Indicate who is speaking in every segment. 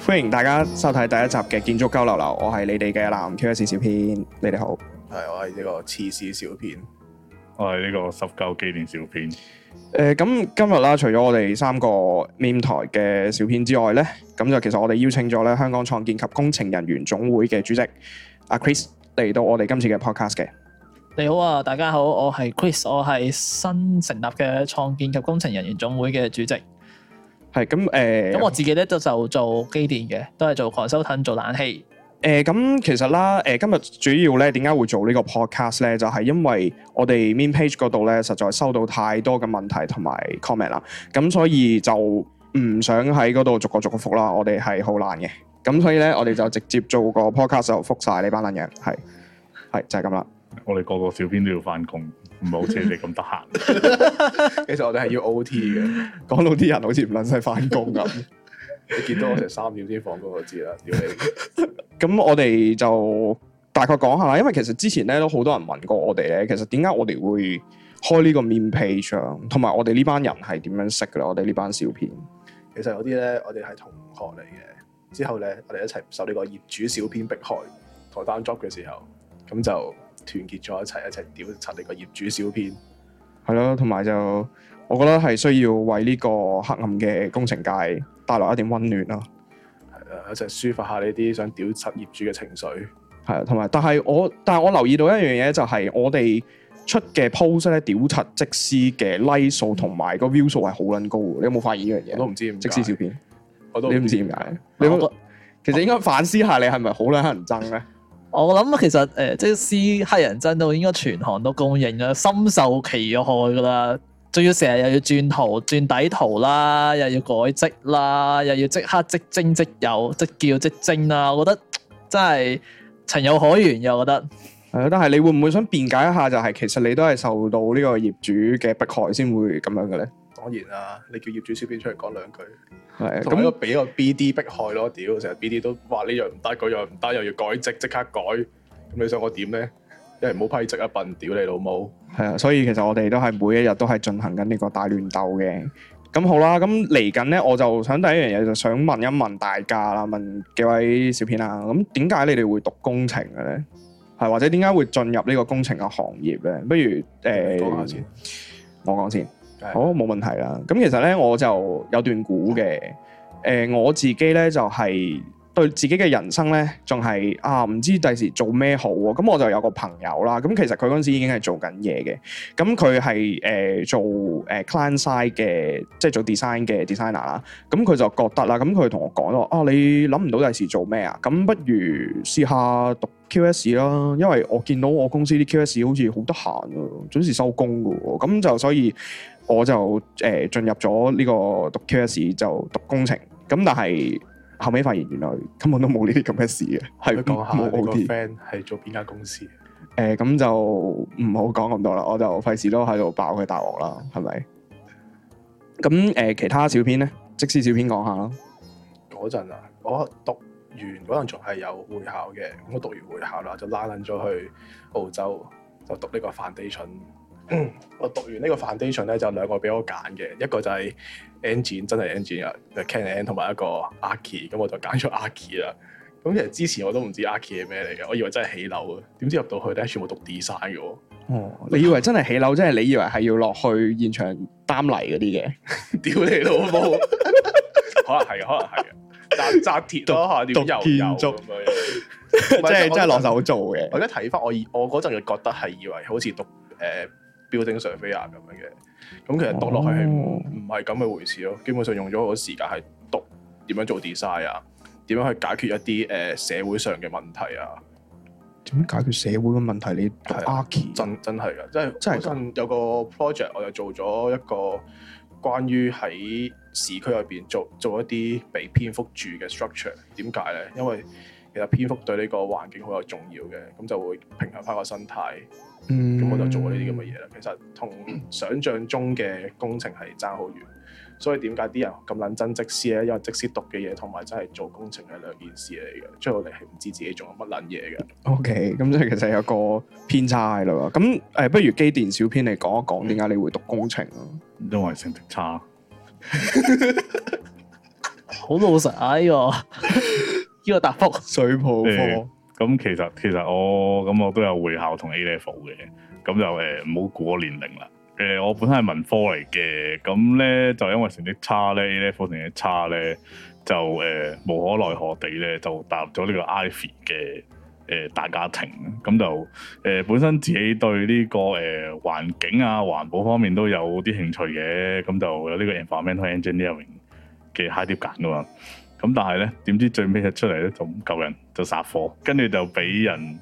Speaker 1: 歡迎大家收睇第一集嘅建築交流樓，我係你哋嘅南 Q 一小編，你哋好。
Speaker 2: 係我係呢個廁屎小編，
Speaker 3: 我係呢個十九紀念小片，
Speaker 1: 誒、咁今日啦，除咗我哋三個 meme 台嘅小編之外呢，咁就其實我哋邀請咗咧香港創建及工程人員總會嘅主席阿 Chris 嚟到我哋今次嘅 podcast 嘅。
Speaker 4: 你好啊，大家好，我係 Chris，我係新成立嘅創建及工程人員總會嘅主席。
Speaker 1: 啊係咁誒，
Speaker 4: 咁我自己咧都就做機電嘅，都係做 consultant 做冷氣。
Speaker 1: 誒咁、其實啦，誒、今日主要咧點解會做呢個 podcast 咧，就係、因為我哋 main page 嗰度咧，實在收到太多嘅問題同埋 comment 啦，咁所以就唔想喺嗰度逐個逐個覆啦，我哋係好懶嘅，咁所以咧我哋就直接做個 podcast 就覆晒呢班撚樣，係係就係咁啦。
Speaker 3: 我哋個個小編都要翻工，唔係好似你哋咁得 閒。
Speaker 2: 其實我哋係要 O T 嘅，
Speaker 1: 講到啲人好似唔撚使翻工咁，
Speaker 2: 你見到我成三點先放工我知啦，屌你！
Speaker 1: 咁我哋就大概講下啦，因為其實之前咧都好多人問過我哋咧，其實點解我哋會開呢個面 page 啊，同埋我哋呢班人係點樣識嘅咧？我哋呢班小編。
Speaker 2: 其實有啲咧，我哋係同學嚟嘅，之後咧我哋一齊受呢個業主小編迫害，台單 job 嘅時候，咁就團結咗一齊一齊屌柒你個業主小編，
Speaker 1: 係咯，同埋就我覺得係需要為呢個黑暗嘅工程界帶來一點温暖啊啦。
Speaker 2: 係啦，一齊抒發下你啲想屌柒業主嘅情緒。
Speaker 1: 係啊，同埋但係我但係我留意到一樣嘢就係我哋出嘅 post 咧，屌柒即師嘅 like 數同埋個 view 數係好撚高嘅。你有冇發現呢
Speaker 2: 我
Speaker 1: 樣
Speaker 2: 都
Speaker 1: 嘢？
Speaker 2: 唔知點
Speaker 1: 即
Speaker 2: 解，
Speaker 1: 師小片，
Speaker 2: 我都
Speaker 1: 你唔知點解？你
Speaker 4: 我
Speaker 1: 有
Speaker 4: 覺
Speaker 1: 冇其實應該反思下你係咪好撚乞人憎咧？
Speaker 4: 我諗其實誒、呃，即係黑人真到應該全行都公認啦，深受其害噶啦。仲要成日又要轉圖、轉底圖啦，又要改職啦，又要即刻即精即有即叫即精啦。我覺得真係情有可原嘅，我覺得。
Speaker 1: 係咯，但係你會唔會想辯解一下？就係其實你都係受到呢個業主嘅迫害先會咁樣嘅咧？
Speaker 2: 當然啦，你叫業主小編出嚟講兩句，
Speaker 1: 係啊
Speaker 2: 同埋一
Speaker 1: 咁
Speaker 2: 個俾個 BD 迫害咯，屌成日 BD 都話呢樣唔得，嗰樣唔得，又要改職，即刻改，咁你想我點咧？一係唔好批職啊，笨屌你老母！
Speaker 1: 係啊，所以其實我哋都係每一日都係進行緊呢個大亂鬥嘅。咁好啦，咁嚟緊咧，我就想第一樣嘢就想問一問大家啦，問幾位小編啦，咁點解你哋會讀工程嘅咧？係或者點解會進入呢個工程嘅行業咧？不如誒，
Speaker 2: 講下先，
Speaker 1: 我講先。
Speaker 2: 係
Speaker 1: 好，冇問題啦。咁其實咧，我就有段估嘅。誒、我自己咧就係、對自己嘅人生咧，仲係啊，唔知第時做咩好喎。咁我就有個朋友啦。咁其實佢嗰陣時已經係做緊嘢嘅。咁佢係誒做誒、client side 嘅，即係做 design 嘅 designer 啦。咁佢就覺得啦，咁佢同我講咯，啊，你諗唔到第時做咩啊？咁不如試下讀 QS 啦，因為我見到我公司啲 QS 好似好得閒啊，準時收工嘅喎。咁就所以我就誒、呃、進入咗呢個讀 QS 就讀工程。咁但係後尾發現原來根本都冇呢啲咁嘅事嘅，係
Speaker 2: 講下
Speaker 1: 冇
Speaker 2: 你個
Speaker 1: OT。
Speaker 2: friend 係做邊間公司？
Speaker 1: 誒咁、就唔好講咁多啦，我就費事都喺度爆佢大鑊啦，係咪？咁誒、呃其他小編咧，即使小編講下啦，
Speaker 2: 嗰陣啊，我讀完嗰陣仲係有會考嘅，咁我讀完會考啦，就拉撚咗去澳洲，就讀呢個 foundation。我讀完呢個 foundation 咧，就兩個俾我揀嘅，一個就係 engine 真係 engine 啊，can end 同埋一個 archi，咁我就揀咗 archi 啦。咁其實之前我都唔知 archi 係咩嚟嘅，我以為真係起樓啊，點知入到去咧全部讀 design 嘅喎。
Speaker 1: 哦，你以為真係起樓，即係你以為係要落去現場擔泥嗰啲 嘅，
Speaker 2: 屌你老 母！可能係嘅，可能係嘅，紮紮鐵咯，可能點
Speaker 1: 讀
Speaker 2: 油
Speaker 1: 建
Speaker 2: 油
Speaker 1: 築
Speaker 2: 咁樣。
Speaker 1: 即係
Speaker 2: 我
Speaker 1: 即係落手做嘅
Speaker 2: 我。而家睇翻，我以我嗰陣就覺得係以為好似讀誒、呃、building surveyor 咁樣嘅，咁其實讀落去係唔
Speaker 1: 哦
Speaker 2: 唔係咁嘅回事咯。基本上用咗我時間係讀點樣做 design 啊，點樣去解決一啲誒、呃社會上嘅問題啊。
Speaker 1: 點解決社會嘅問題？你讀
Speaker 2: 係啊
Speaker 1: archi
Speaker 2: 真真係㗎，即係
Speaker 1: 真係㗎
Speaker 2: 嗰陣有個 project，我又做咗一個關於喺市區入邊做做一啲被蝙蝠住嘅 structure。點解咧？因為其實蝙蝠對呢個環境好有重要嘅，咁就會平衡翻個生態。
Speaker 1: 嗯
Speaker 2: 咁我就做過呢啲咁嘅嘢啦。其實同 想像中嘅工程係爭好遠，所以點解啲人咁撚憎啊則師咧？因為則師讀嘅嘢同埋真係做工程係兩件事嚟嘅，最後你係唔知自己做緊乜撚嘢嘅。
Speaker 1: 嗯 OK，咁即係其實有個偏差喺度啦。咁誒、不如機電小編嚟講一
Speaker 2: 嗯
Speaker 1: 講點解你會讀工程啊？
Speaker 3: 因為成績差，
Speaker 2: 好
Speaker 4: 好老實啊！呢、個呢個答覆
Speaker 1: 水泡
Speaker 3: 誒
Speaker 1: 科。
Speaker 3: 咁其實其實我咁我都有會考同 A level 嘅，咁就誒唔好估我年齡啦。誒、我本身係文科嚟嘅，咁咧就因為成績差咧，A level 成績差咧，就誒、無可奈何地咧就踏入咗呢個 Ivy 嘅誒、呃大家庭，咁就誒、本身自己對呢、個誒、環境啊環保方面都有啲興趣嘅，咁就有呢個 environmental engineering 嘅 high dip 揀噶嘛。咁但係咧，點知最尾一出嚟咧就唔夠人，就殺科，跟住就俾人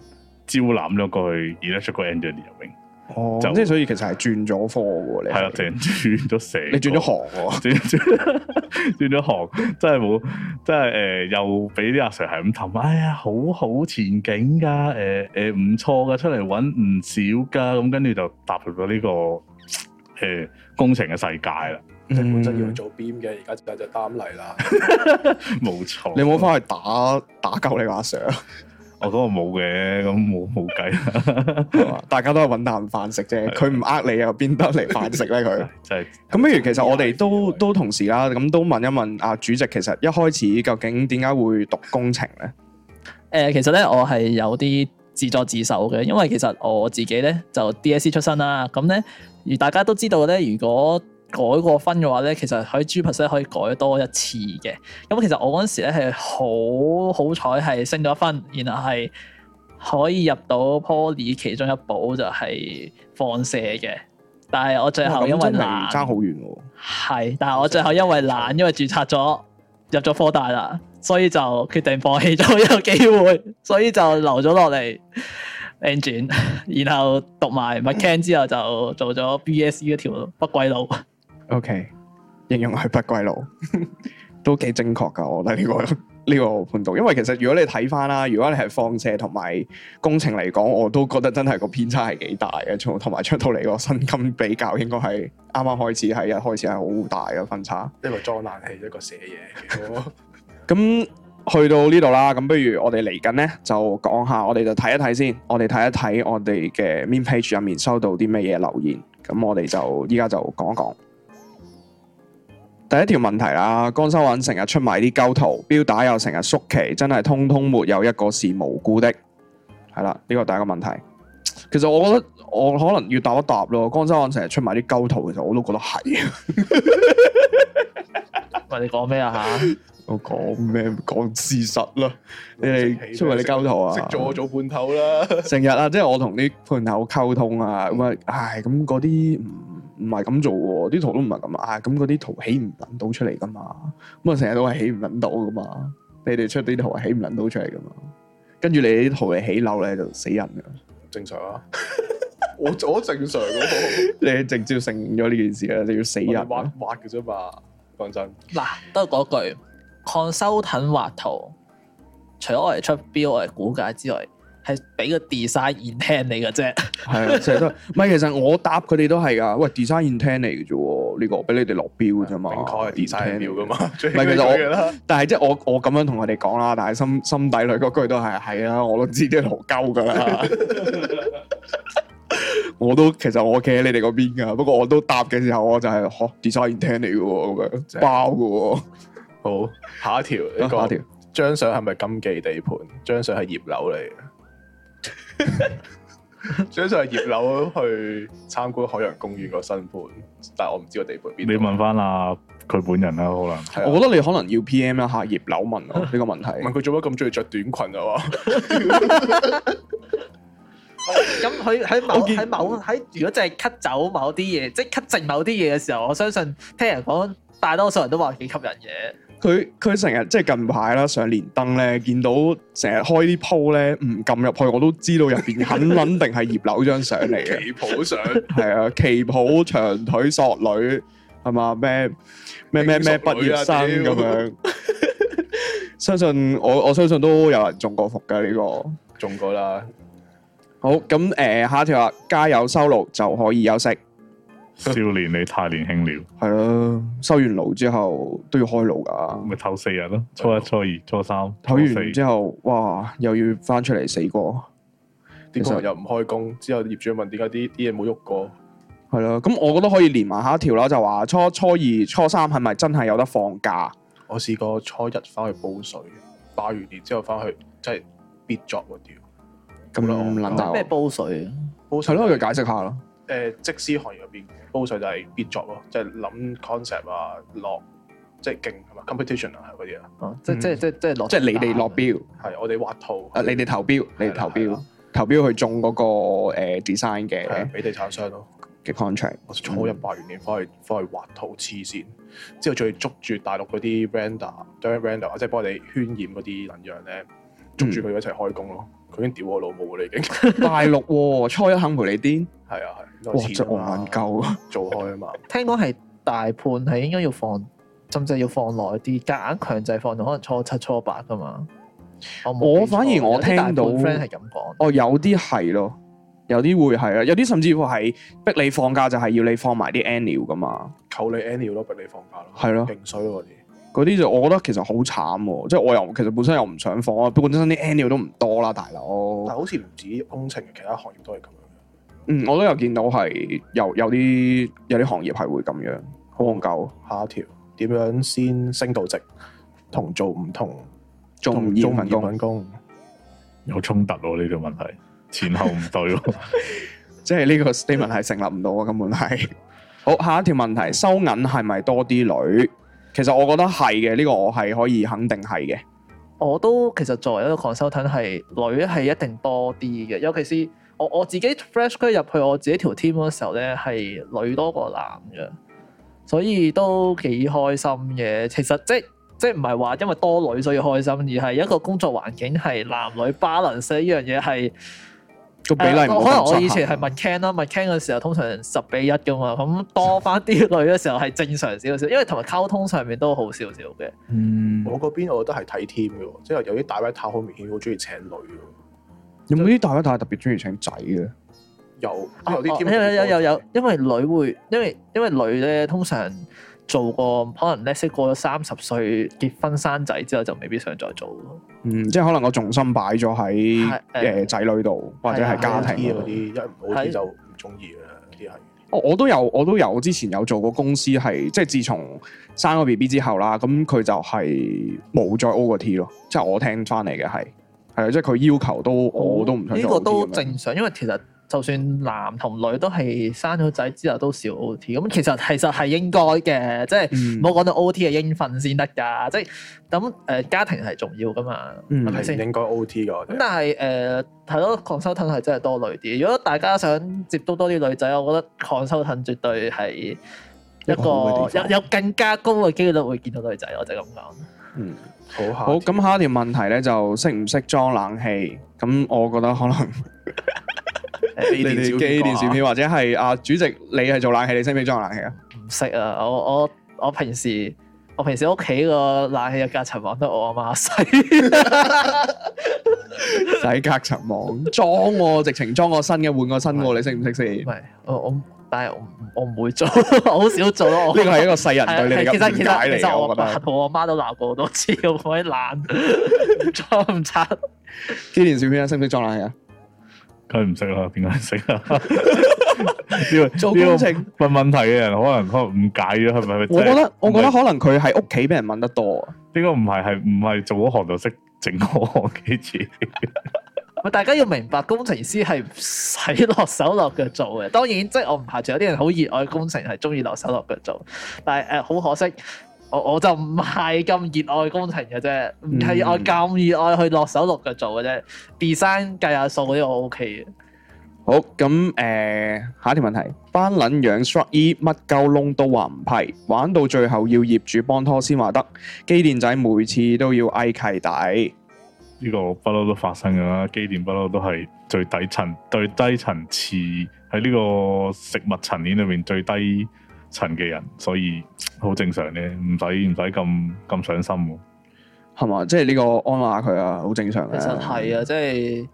Speaker 3: 招攬咗過去 electrical engineering，
Speaker 1: 哦，
Speaker 3: 就
Speaker 1: 即係所以其實係轉咗科嘅喎，你
Speaker 3: 係
Speaker 2: 啊
Speaker 3: 啦，成轉咗成個，
Speaker 1: 你轉咗行喎，
Speaker 3: 轉轉 轉咗行，真係冇，真係誒、呃又俾啲阿 Sir 係咁氹，哎呀，好好前景噶，誒誒唔錯噶，出嚟揾唔少噶，咁跟住就踏入咗呢、個誒、呃工程嘅世界啦，
Speaker 1: 嗯
Speaker 2: 即係本身要去做 beam 嘅，而家就就擔嚟 啦。
Speaker 3: 冇錯。
Speaker 1: 你有冇翻去打打救你個阿 Sir？啊
Speaker 3: 我嗰個冇嘅，咁冇冇 計啦，
Speaker 1: 係嘛大家都係揾啖飯食啫，佢唔呃你又邊得嚟飯食咧？佢
Speaker 3: 真係啊
Speaker 1: 咁不如其實我哋都
Speaker 2: 係
Speaker 1: 都同時啦，咁都問一問阿主席，其實一開始究竟點解會讀工程咧？
Speaker 4: 誒，其實咧我係有啲自作自受嘅，因為其實我自己咧就 DSE 出身啦，咁咧如大家都知道咧，如果改過分嘅話咧，其實喺 G p a s 可以改多一次嘅。咁其實我嗰陣時咧係好好彩係升咗分，然後係可以入到 Poly 其中一寶就係放射嘅，但係我最後
Speaker 1: 哇咁
Speaker 4: 因為
Speaker 1: 真係
Speaker 4: 懶
Speaker 1: 爭好遠喎。
Speaker 4: 係，但係我最後因為懶，因為註冊咗入咗科大啦，所以就決定放棄咗呢個機會， 所以就留咗落嚟 engine，然 後讀埋 mechan 之後就做咗 BSE 嗰條不歸路。
Speaker 1: OK，形容係不歸路， 都幾正確㗎。我覺得呢、個 呢、個判斷，因為其實如果你睇翻啦，如果你係放射同埋工程嚟講，我都覺得真係個偏差係幾大嘅，從同埋出到嚟個薪金比較，應該係啱啱開始係一開始係好大嘅分差。
Speaker 2: 一個裝冷氣，一個寫嘢。
Speaker 1: 咁去到呢度啦，咁不如我哋嚟緊呢，就講下，我哋就睇一睇先，我哋睇一睇我哋嘅 main page 入面收到啲咩嘢留言，咁我哋就依家就講一講。第一條問題啦，江修穩成日出埋啲鳩圖，標打又成日縮期，真係通通沒有一個是無辜的。係啦，呢個第一個問題。其實我覺得我可能要答一答咯，江修穩成日出埋啲鳩圖，其實我都覺得係。
Speaker 4: 喂，你講咩啊吓？
Speaker 1: 我講咩？講事實啦，你哋出埋啲鳩圖啊！
Speaker 2: 識做我做半頭啦。
Speaker 1: 成日啊，即係我同啲判頭溝通啊，咁啊，唉，咁嗰啲唔唔係咁做喎，啲圖都唔係咁啊，唉咁嗰啲圖起唔撚到出嚟噶嘛，咁啊成日都係起唔撚到噶嘛，你哋出啲圖係起唔撚到出嚟噶嘛，跟住你哋啲圖嚟起樓咧就死人 噶，
Speaker 2: 正常啊， 我我正常嘅，
Speaker 1: 你直接承認咗呢件事啦，你要死
Speaker 2: 我哋
Speaker 1: 人
Speaker 2: 畫
Speaker 1: 啊，
Speaker 2: 畫嘅啫嘛。講真，
Speaker 4: 嗱，都係嗰句 consultant 畫圖，除咗我哋出標、我哋估價之外，係俾個 design in hand 你嘅啫。
Speaker 1: 係啊，成日都，唔係其實我答佢哋都係噶，喂 design in ten 嚟嘅啫喎，呢個俾你哋落標嘅啫嘛，
Speaker 2: 明確係 design 表噶嘛，最
Speaker 1: 係其實我
Speaker 2: 緊要嘅啦。
Speaker 1: 但係即係我我咁樣同佢哋講啦，但係心心底裏嗰句都係係啊，我都知啲圖鳩噶 啦。我都其實我企喺你哋嗰邊噶，不過我都答嘅時候我就係、學 design 聽你嘅喎，咁樣
Speaker 2: 正
Speaker 1: 包嘅
Speaker 2: 好，下一條
Speaker 1: 喎。
Speaker 2: 呢
Speaker 1: 啊下
Speaker 2: 個
Speaker 1: 條
Speaker 2: 張相係咪禁忌地盤？張相係葉柳嚟 嘅。張相係葉柳去參觀海洋公園個新盤，但係我唔知個地盤邊度。
Speaker 3: 你問翻阿佢本人啦，可
Speaker 2: 係
Speaker 3: 能
Speaker 2: 啊，
Speaker 1: 我覺得你可能要 P.M. 一下葉柳問 我呢個問
Speaker 2: 問
Speaker 1: 題。
Speaker 2: 佢做乜咁中意着短裙啊？
Speaker 4: 哦咁 佢喺某
Speaker 1: 我見嗯
Speaker 4: 喺某喺，如果真係 cut 走某啲嘢，即係 cut 剩某啲嘢嘅時候，我相信聽人講，大多數人都話幾吸引嘅。
Speaker 1: 佢佢成日即係近排啦，上連登咧見到成日開啲鋪咧，唔撳入去我都知道入邊肯 肯定係葉柳張相
Speaker 3: 啊
Speaker 1: 嚟嘅。
Speaker 2: 旗袍相，
Speaker 1: 係啊，旗袍、長腿、索女，係嘛？咩咩咩咩畢業生咁樣。相信我，我相信都有人中過伏㗎呢個。
Speaker 2: 中過啦。
Speaker 1: 好咁誒、呃下一條啊，加油收爐就可以休息，
Speaker 3: 少年你太年輕了，
Speaker 1: 係咯。收完爐之後都要開爐㗎，
Speaker 3: 咪唞四日咯，初一、初二、初三、初
Speaker 1: 唞
Speaker 3: 四
Speaker 1: 完，之後，哇，又要翻出嚟死過。
Speaker 2: 啲工人又唔開工，之後業主問點解啲啲嘢冇喐過，
Speaker 1: 係咯，咁我覺得可以連埋下一條啦，就話初初二、初三係咪真係有得放假？
Speaker 2: 我試過初一翻去煲水，爆完年之後翻去真係必作喎屌！
Speaker 1: 咁唔撚大
Speaker 4: 哦咩
Speaker 1: 鑊。
Speaker 4: 煲水啊？
Speaker 2: 煲
Speaker 1: 係
Speaker 2: 水
Speaker 1: 咯，
Speaker 2: 就
Speaker 1: 佢解釋下咯。
Speaker 2: 誒、呃即師行業入邊煲水就係必作咯，即係諗 concept 啊，落即係勁係嘛 competition 啊嗰啲啊，
Speaker 4: 哦即即即即落
Speaker 1: 嗯
Speaker 4: 啊
Speaker 1: 即係你哋落
Speaker 4: 單
Speaker 1: 標，
Speaker 2: 係我哋畫圖，
Speaker 1: 啊，你哋投標，你哋投
Speaker 2: 係
Speaker 1: 標
Speaker 2: 啦，
Speaker 1: 投標去中嗰個誒 design 嘅嗯
Speaker 2: 係啊俾地產商咯。
Speaker 1: 嘅 contract。
Speaker 2: 我初一八完年翻去翻去畫圖黐線，之後再捉住大陸嗰啲 render 將 render 即係幫我哋渲染嗰啲能樣咧，捉住佢一齊開工咯。佢已經屌我老母啦，已經 係
Speaker 1: 大陸喎，初一肯陪你癲，
Speaker 2: 啊係，
Speaker 1: 哇！真戇眼鳩 啊！
Speaker 2: 做開啊嘛，
Speaker 4: 聽講係大判係應該要放，甚至要放耐啲，夾硬強制放到可能初七、初八噶嘛。我冇記錯
Speaker 1: 我反而我聽到
Speaker 4: 有啲大判 friend 係咁講，
Speaker 1: 哦，有啲係咯，有啲會係啊啦，有啲甚至乎係逼你放假就係要你放埋啲 annual 噶嘛。
Speaker 2: 扣你 annual 咯，逼你放假咯，
Speaker 1: 係咯
Speaker 2: 勁衰咯嗰啲。
Speaker 1: 嗰啲就我覺得其實好慘喎，即係我又其實本身又唔想放啊，不過本身啲 annual 都唔多啦，大佬。
Speaker 2: 但好似唔止工程，其他行業都係咁樣。
Speaker 1: 嗯，我都有見到係有有啲有啲行業係會咁樣，好戇鳩，
Speaker 2: 下一條點樣先升到值，同做唔同，
Speaker 1: 做唔厭份工。
Speaker 2: 份工。
Speaker 3: 有衝突喎呢條問題，前後唔對 喎。
Speaker 1: 即係呢個 statement 係成立唔到啊，根本係。好，下一條問
Speaker 4: 嗯
Speaker 1: 題，收銀係咪多啲女？其實我覺得係嘅，呢、個我係可以肯定係嘅。
Speaker 4: 我都其實作為一個 consultant 係女係一定多啲嘅，尤其是我我自己 fresh grad 入去我自己條 team 嗰時候咧係女多過男嘅，所以都幾開心嘅。其實即即唔係話因為多女所以開心，而係一個工作環境係男女 balance 呢樣嘢係。
Speaker 1: 個比例唔
Speaker 4: 誒
Speaker 1: 好
Speaker 4: 可能
Speaker 1: 咁
Speaker 4: 我以
Speaker 1: 失
Speaker 4: 前係
Speaker 1: 衡
Speaker 4: 密 can 啦，密 can 嘅時候通常十比一噶嘛，咁多翻啲女嘅時候係正常少少，因為同埋溝通上面都好少少嘅。
Speaker 3: 嗯
Speaker 2: 我嗰邊我覺得係睇 team 嘅喎，即係有啲大 r 塔好明顯好中意請女嘅喎。
Speaker 1: 有冇啲大家大特別中意請仔嘅？
Speaker 2: 有
Speaker 4: 哦
Speaker 2: 有啲
Speaker 4: 哦
Speaker 2: team
Speaker 4: 有有有有
Speaker 2: 係，
Speaker 4: 因為女會，因為因為女咧通常做過可能 let's say 過咗三十歲結婚生仔之後就未必想再做咯。
Speaker 1: 嗯，即係可能個重心擺咗喺
Speaker 4: 係誒
Speaker 1: 誒仔女度，或者
Speaker 4: 係啊
Speaker 1: 係家
Speaker 2: 家
Speaker 1: 庭
Speaker 2: 庭
Speaker 1: 嗰啲。
Speaker 2: 嗰啲，一唔好
Speaker 4: 係
Speaker 2: 啲就唔中意嘅啦，啲係。
Speaker 1: 我我都有，我都有之前有做過公司係，即係自從生咗 B B 之後啦，咁佢就係冇再 O 個 T 咯，即係我聽翻嚟嘅係係啊，即係佢要求都我都唔想
Speaker 4: 呢
Speaker 1: 再
Speaker 4: 個
Speaker 1: OT 咁
Speaker 4: 都
Speaker 1: 樣
Speaker 4: 正常，因為其實就算男同女都係生咗仔之後都少 OT，咁其實其實係應該嘅，即係。
Speaker 1: 嗯
Speaker 4: 唔好講到 O.T. 嘅應份先得㗎，即係咁誒家庭係重要㗎嘛，
Speaker 1: 嗯
Speaker 4: 係咪
Speaker 2: 係唔
Speaker 4: 先？
Speaker 2: 應該 O T 㗎，我
Speaker 4: 咁
Speaker 2: 哋
Speaker 4: 但係呃誒係咯，consultant 係真係多女啲。如果大家想接觸多啲女仔，我覺得 consultant 絕對係一
Speaker 1: 一個好嘅地
Speaker 4: 個
Speaker 1: 方
Speaker 4: 有有更加高嘅機率會見到女仔，我就咁講。
Speaker 1: 嗯。
Speaker 2: 好下
Speaker 1: 好，
Speaker 2: 一條
Speaker 1: 咁下一條問題咧就識唔識裝冷氣？咁我覺得可能你哋機電小
Speaker 2: 電
Speaker 1: 片或者係啊主席，你係做冷氣，你識唔識裝冷氣啊？
Speaker 4: 唔識啊！我我我平時我平時屋企個冷氣嘅隔塵網都我阿媽洗。
Speaker 1: 洗隔塵網裝喎，直情裝個新嘅，換個新喎，你識唔識先？
Speaker 4: 唔
Speaker 1: 呢
Speaker 4: 係我我，但係我唔我唔會做， 我好少做咯。我
Speaker 1: 個係一個世人
Speaker 4: 係
Speaker 1: 對你哋
Speaker 4: 係其
Speaker 1: 嘅
Speaker 4: 實其
Speaker 1: 誤解
Speaker 4: 實
Speaker 1: 嚟
Speaker 4: 其實
Speaker 1: 嘅，我
Speaker 4: 我
Speaker 1: 覺得
Speaker 4: 爸。同我媽都鬧過好多次，我鬼懶，裝 唔拆。
Speaker 1: 機電小片啊，識唔識裝冷氣啊？
Speaker 3: 佢唔識啦，點解識 啊？呢個
Speaker 1: 做工程
Speaker 3: 呢個問問題嘅人可能可能誤解啊咗，係咪？
Speaker 1: 我覺得我覺得
Speaker 3: 唔係
Speaker 1: 可能佢喺屋企俾人問得多啊。
Speaker 3: 呢個唔係係唔係做嗰行就識整嗰行幾次？
Speaker 4: 喂大家要明白，工程師係唔使落手落腳做嘅。當然，即係我唔排除有啲人好熱愛工程，係中意落手落腳做。但係誒，好、可惜，我 我就唔係咁熱愛工程嘅啫，唔係嗯我咁熱愛去落手落腳做嘅啫。design 計下數嗰啲我 OK 嘅。
Speaker 1: 好，咁誒、呃下一條問題，班撚樣 short E 乜鳩窿都話唔批，玩到最後要業主幫拖先話得，機電仔每次都要嗌契底。
Speaker 3: 呢個不嬲都發生㗎啦，機電不嬲都係最底層、最低層次喺呢個食物層面裏面最低層嘅人，所以好正常咧，唔使唔使咁咁上心喎。
Speaker 1: 係嘛？即係呢個安慰下佢啊，好正常
Speaker 4: 其
Speaker 1: 嘅。
Speaker 4: 實係啊，即係，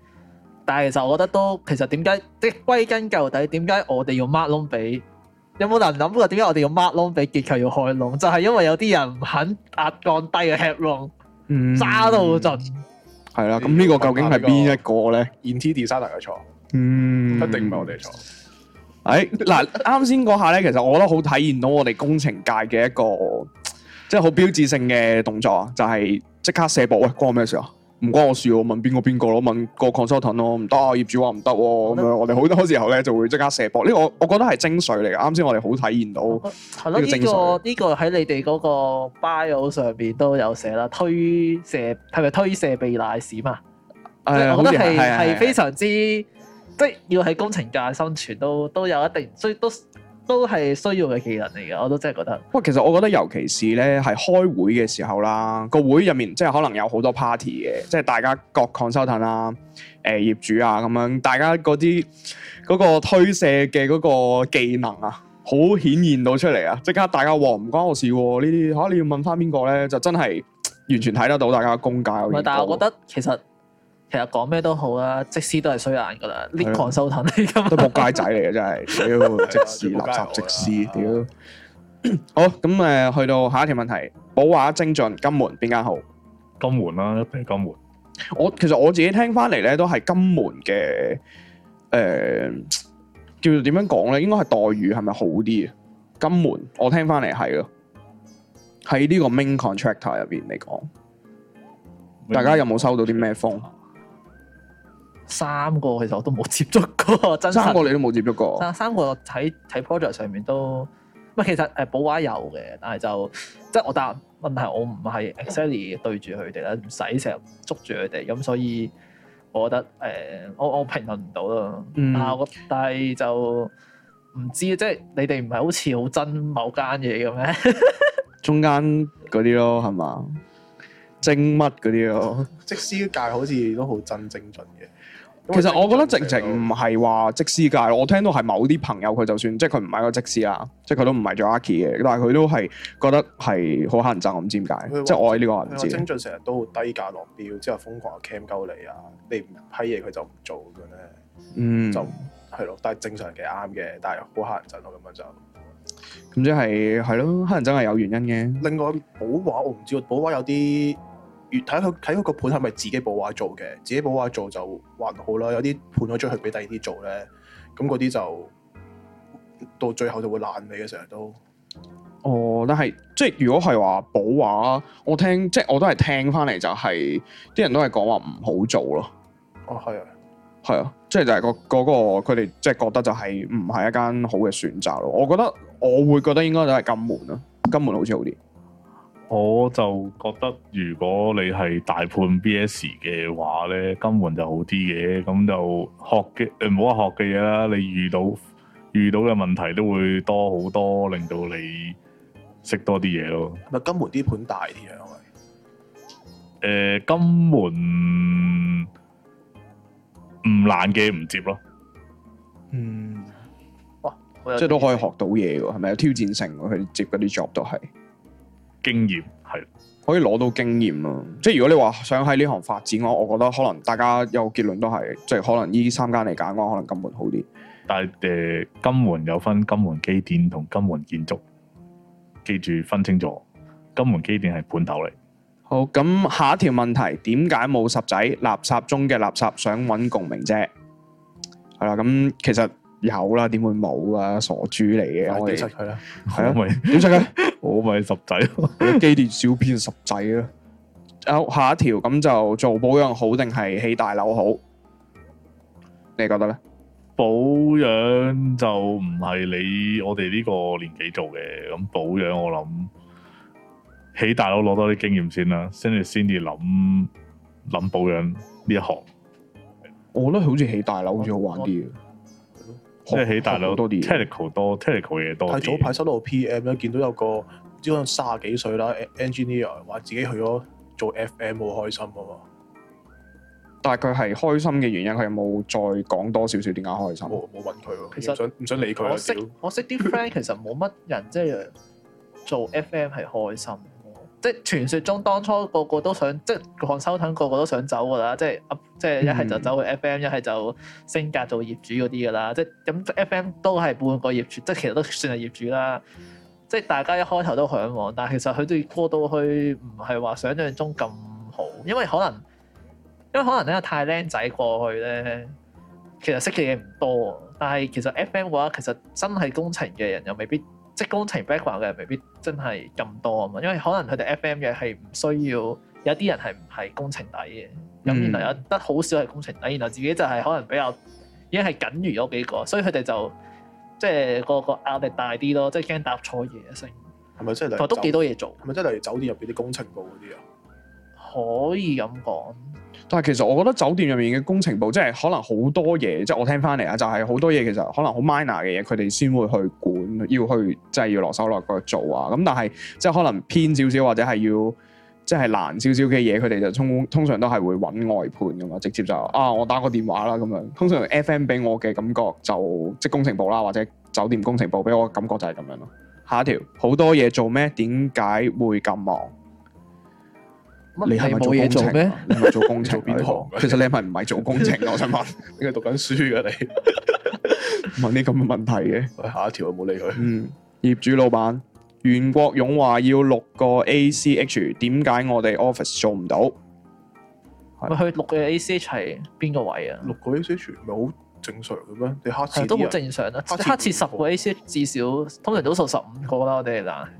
Speaker 4: 但係其實我覺得都其實點解即係歸根究底，點解我哋要 mark 窿俾？有冇人諗過點解我哋要 mark 窿俾結構要開窿？就係、因為有啲人唔肯壓降低嘅 head 窿，
Speaker 1: 嗯
Speaker 4: 揸到盡。
Speaker 1: 係啦。咁呢個究竟係邊一個咧？
Speaker 2: ，int 啊 designer 嘅錯，
Speaker 1: 嗯，
Speaker 2: 一定唔係我哋錯。
Speaker 1: 哎誒嗱，啱先嗰下咧，其實我覺得好體現到我哋工程界嘅一個即係好標誌性嘅動作啊，就係、即刻卸膊，喂，關我咩事啊？唔關我事喎，問邊個邊個咯，問個 consultant 咯，唔得啊，業主話唔得喎，咁樣我哋好多時候咧就會即刻卸膊，呢、個我我覺得係精髓嚟嘅，啱先我哋好體現到，
Speaker 4: 係咯，
Speaker 1: 呢個精
Speaker 4: 呢
Speaker 1: 髓
Speaker 4: 個呢個喺你哋嗰個 bio 上邊都有寫啦，推卸係咪推卸避賴屎嘛？即係
Speaker 1: 誒
Speaker 4: 我
Speaker 1: 好
Speaker 4: 覺
Speaker 1: 似
Speaker 4: 得係
Speaker 1: 係
Speaker 4: 係非
Speaker 1: 係
Speaker 4: 常之，即係要喺工程界生存都都有一定，所以都都係需要嘅技能嚟嘅，我都真係覺得。
Speaker 1: 喂，其實我覺得尤其是咧係開會嘅時候啦，個會入面即係可能有好多 party 嘅，即係大家各 consultant 啦、誒、業主啊咁樣，大家嗰啲嗰個推卸嘅嗰個技能啊，好顯現到出嚟啊！即刻大家話唔關我事喎，呢啲嚇你要問翻邊個咧，就真係完全睇得到大家嘅功架有
Speaker 4: 唔
Speaker 1: 幾高。
Speaker 4: 係，但係我覺得其實其實講咩都好啦，即使都係衰眼噶啦，呢
Speaker 1: 係咯
Speaker 4: con 收騰嚟㗎
Speaker 1: 都
Speaker 4: 嘛。
Speaker 1: 仆街仔嚟嘅真係，屌即屎垃圾即屎， 屌！好咁誒、去到下一條問題，寶華精進金門邊間好？
Speaker 3: 金門啦，一定係金門。
Speaker 1: 我其實我自己聽翻嚟咧，都係金門嘅誒、呃叫做點樣講咧？應該係待遇係咪好啲啊？金門我聽翻嚟係咯，喺呢個 main contractor 入邊嚟講，大家有冇收到啲咩風？
Speaker 4: 三個其實我都冇接觸過，真
Speaker 1: 三
Speaker 4: 係
Speaker 1: 個你都冇接觸過，
Speaker 4: 三三個喺喺 project 上面都，唔係其實誒保畫有嘅，但係就即係我答問題，我唔係 exactly 對住佢哋啦，唔使成日捉住佢哋，咁所以我覺得誒、呃我我評論唔到啦。
Speaker 1: 嗯
Speaker 4: 但係我但係就唔知，即係你哋唔係好似好憎某間嘢嘅咩？
Speaker 1: 中間嗰啲咯係嘛？精乜嗰啲咯？
Speaker 2: 即師界好似都好真精準嘅。
Speaker 1: 其實我覺得直情唔係話即師界，我聽到係某啲朋友佢就算即係佢唔係個即師啦，即係佢都唔係做 Archi 嘅，但係佢都係覺得係好乞人憎，我唔知點解
Speaker 2: 佢話。
Speaker 1: 即係我喺呢個我唔
Speaker 2: 佢話
Speaker 1: 知
Speaker 2: 啊精。進成日都好低價落標，之後瘋狂 cam 鳩你啊！你唔批嘢佢就唔做咁樣咧，
Speaker 1: 嗯，
Speaker 2: 就
Speaker 1: 咁
Speaker 2: 係咯。但係正常嘅啱嘅，但係好乞人憎咯咁樣就。
Speaker 1: 即係係咯，乞人憎係有原因嘅。
Speaker 2: 另外寶畫我唔知喎，寶畫有啲越睇佢睇佢個盤係咪自己寶畫做嘅，自己寶畫做就還好啦。有啲盤咗出去俾第二啲做咧，咁嗰啲就到最後就會爛尾嘅，成日都。
Speaker 1: 哦，但係即係如果係話保話，我聽即係我都係聽翻嚟就係、啲人都係講話唔好做咯，
Speaker 2: 哦，係啊，
Speaker 1: 係啊，即係就係、個嗰、個佢哋即係覺得就係唔係一間好嘅選擇咯。我覺得我會覺得應該都係金門咯，金門好似好啲。
Speaker 3: 我就覺得，如果你係大判 B.S. 嘅話咧，金門就好啲嘅。咁就學嘅，誒唔好話學嘅嘢啦，你遇到遇到嘅問題都會多好多，令到你識多啲嘢咯。
Speaker 2: 咪金門啲盤大啲啊，
Speaker 3: 誒、呃金門唔難嘅唔接咯，
Speaker 1: 嗯，
Speaker 4: 我有
Speaker 1: 即係都可以學到嘢喎，係咪有挑戰性喎？佢接嗰啲 job 都係
Speaker 3: 經驗係
Speaker 1: 可以攞到經驗咯。即係如果你話想喺呢行發展嘅話，我覺得可能大家有結論都係，即係可能呢三間嚟揀嘅話，可能金門好啲。
Speaker 3: 但係誒、呃金門有分金門機電同金門建築，記住分清楚。金門機電係判頭嚟，
Speaker 1: 好，咁下一條問題，點解冇十仔？垃圾中嘅垃圾，想揾共鳴啫。係啦，咁其實有啦，點會冇啊？傻豬嚟嘅，
Speaker 2: 因
Speaker 1: 我
Speaker 2: 為
Speaker 1: 哋
Speaker 2: 係屌實佢啦。
Speaker 1: 係啊，
Speaker 3: 我咪
Speaker 1: 點識嘅？
Speaker 3: 我咪十仔咯。
Speaker 1: 機電小編十仔啦。好，下一條咁就做保養好定係起大樓好？你覺得咧？
Speaker 3: 保養就唔係你我哋呢個年紀做嘅，咁保養我諗起大佬攞多啲經驗先啦，先至先至諗諗保養呢一行，
Speaker 1: 我覺得好似起大樓好似好玩啲嘅，
Speaker 3: 即係起大
Speaker 1: 學
Speaker 3: 佬
Speaker 1: 好多啲嘢。
Speaker 3: technical 多 technical 嘢多
Speaker 2: 但係
Speaker 3: 啲。
Speaker 2: 早排收到個 P.M. 咧，見到有個唔知可能卅幾歲啦，en-，engineer 話自己去咗做 F.M. 好開心啊嘛。
Speaker 1: 但係佢係開心嘅原因，佢有冇再講多少少點解開心？
Speaker 2: 冇冇揾佢喎，
Speaker 4: 其實
Speaker 2: 唔想唔想理佢
Speaker 4: 我
Speaker 2: 啊！
Speaker 4: 識
Speaker 2: 屌
Speaker 4: 我識啲 friend 其實冇乜人即係做 FM 係開心嘅，即係傳説中當初個個都想，即係抗收等個個都想走㗎啦，即係 up- 即係一
Speaker 2: 嗯
Speaker 4: 係就走去 FM，一係就升格做業主嗰啲㗎啦，即係
Speaker 2: 嗯
Speaker 4: 咁 FM 都係半個業主，即係其實都算係業主啦。即係大家一開頭都向往，但係其實佢哋過到去唔係話想像中咁好，因為可能因為可能咧太僆仔過去咧，其實識嘅嘢唔多。但係其實 FM 嘅話，其實真係工程嘅人又未必即係工程 background 嘅人未必真係咁多啊嘛，因為可能佢哋 FM 嘅係唔需要，有啲人係唔係工程底嘅，咁
Speaker 1: 嗯
Speaker 4: 然後有得好少係工程底，然後自己就係可能比較已經係僅餘嗰幾個，所以佢哋就即係個個壓力大啲咯，即係驚答錯嘢一成，
Speaker 2: 係咪即係例如
Speaker 4: 同埋都
Speaker 2: 酒？
Speaker 4: 幾多嘢做，
Speaker 2: 係咪即係例如酒店入邊啲工程部嗰啲啊？
Speaker 4: 可以咁講。
Speaker 1: 但係其實我覺得酒店入面嘅工程部，即係可能好多嘢，即係我聽翻嚟啊，就係、好多嘢其實可能好 minor 嘅嘢，佢哋先會去管，要去即係要落手落腳做啊。咁但係即係可能偏少少或者係要即係難少少嘅嘢，佢哋就通通常都係會揾外判噶嘛，直接就啊我打個電話啦咁樣。通常 FM 俾我嘅感覺就即係工程部啦，或者酒店工程部俾我嘅感覺就係咁樣咯。下一條好多嘢做咩？點解會咁忙？
Speaker 4: 乜
Speaker 1: 你係咪
Speaker 4: 冇
Speaker 1: 做
Speaker 4: 嘢做
Speaker 1: 工程
Speaker 4: 咩？
Speaker 1: 啊？你係咪 做工程啊？
Speaker 2: 做邊行㗎
Speaker 1: 其實你係咪唔係做工程啊？我想問
Speaker 2: 你係讀緊書㗎 你？
Speaker 1: 問啲咁嘅問題嘅。
Speaker 2: 喂，下一條我冇理佢。
Speaker 1: 嗯，業主老闆袁國勇話要六個 ACH，點解我哋 office 做唔到？
Speaker 4: 咪佢錄嘅 ACH 係邊個位啊？
Speaker 2: 六個 A C 全咪好正常嘅咩？你黑
Speaker 4: 係啊
Speaker 2: 字
Speaker 4: 都
Speaker 2: 啲
Speaker 4: 好
Speaker 2: 人啊
Speaker 4: 正常啦，
Speaker 2: 黑切
Speaker 4: 黑切十個 ACH 至少，通常都數十五個啦，我哋嗱，
Speaker 2: 嗯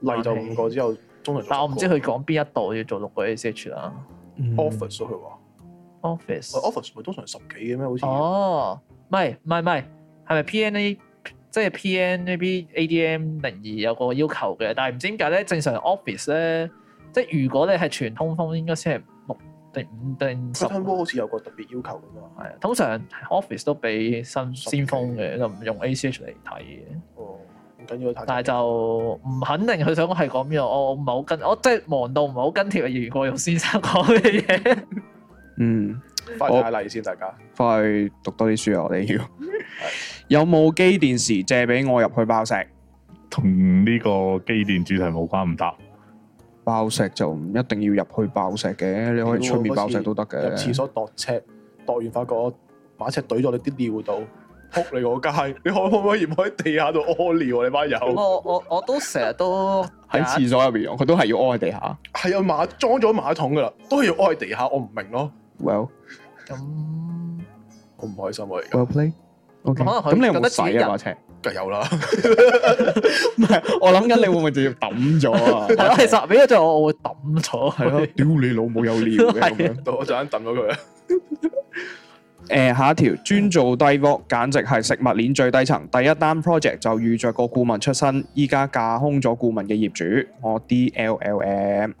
Speaker 2: 例就五個之後，中途
Speaker 4: 但我唔知佢講邊一度要做六個 ACH 啦。
Speaker 1: 嗯
Speaker 2: office 咯，佢話
Speaker 4: office
Speaker 2: office 咪通常十幾嘅咩？好似
Speaker 4: 哦，唔係唔係唔係，係咪 PNA 即係 PN 呢邊 ADM 零二有個要求嘅，但係唔知點解咧，正常 office 咧，即係如果你係全通風，應該先係六定五定十
Speaker 2: 佢。吞波好似有個特別要求㗎嘛。
Speaker 4: 係啊，通常 office 都俾新
Speaker 2: 十
Speaker 4: 先鋒
Speaker 2: 幾
Speaker 4: 嘅，就唔用 ACH 嚟睇嘅。
Speaker 2: 哦，唔緊要，太
Speaker 4: 但係就唔肯定佢想係講邊度，我我唔係好跟，我即係忙到唔係好跟貼袁國勇先生講嘅嘢。
Speaker 1: 嗯，
Speaker 2: 快睇下例先，大家
Speaker 1: 翻去讀多啲書啊！我哋要 有冇機電時借俾我入去爆石？
Speaker 3: 同呢個機電主題冇關，唔答。
Speaker 1: 爆石就唔一定要入去爆石嘅，你可以出面爆石都得
Speaker 2: 入廁
Speaker 1: 嘅。
Speaker 2: 所度尺，度完發覺把尺懟咗你啲尿度，撲你個街！你可可唔可以唔可以喺地下度屙尿啊？你班友
Speaker 4: 我我我都成日都啊
Speaker 1: 喺廁所入邊用，佢都係要屙喺地下。
Speaker 2: 係啊，馬裝咗馬桶㗎啦，都係要屙喺地下，我唔明咯，
Speaker 1: Well
Speaker 4: 咁，
Speaker 2: 好唔開心啊！而家
Speaker 1: well played。OK，
Speaker 4: 可能佢
Speaker 1: 咁你有
Speaker 4: 覺
Speaker 1: 冇
Speaker 4: 得自己
Speaker 1: 洗
Speaker 4: 人
Speaker 1: 啊把尺？
Speaker 2: 梗係有 啦，
Speaker 1: 唔係，我諗緊你會唔會直接抌咗啊？
Speaker 4: 係咯，其實俾咗就我會抌咗
Speaker 1: 係咯
Speaker 4: 佢。，
Speaker 1: 屌你老母有料嘅咁 樣。
Speaker 2: 我陣間抌咗佢啊！
Speaker 1: 誒下一條專做低窩，簡直係食物鏈最低層。第一單 project 就遇着個顧問出身，依家架空咗顧問嘅業主，我 DLLM。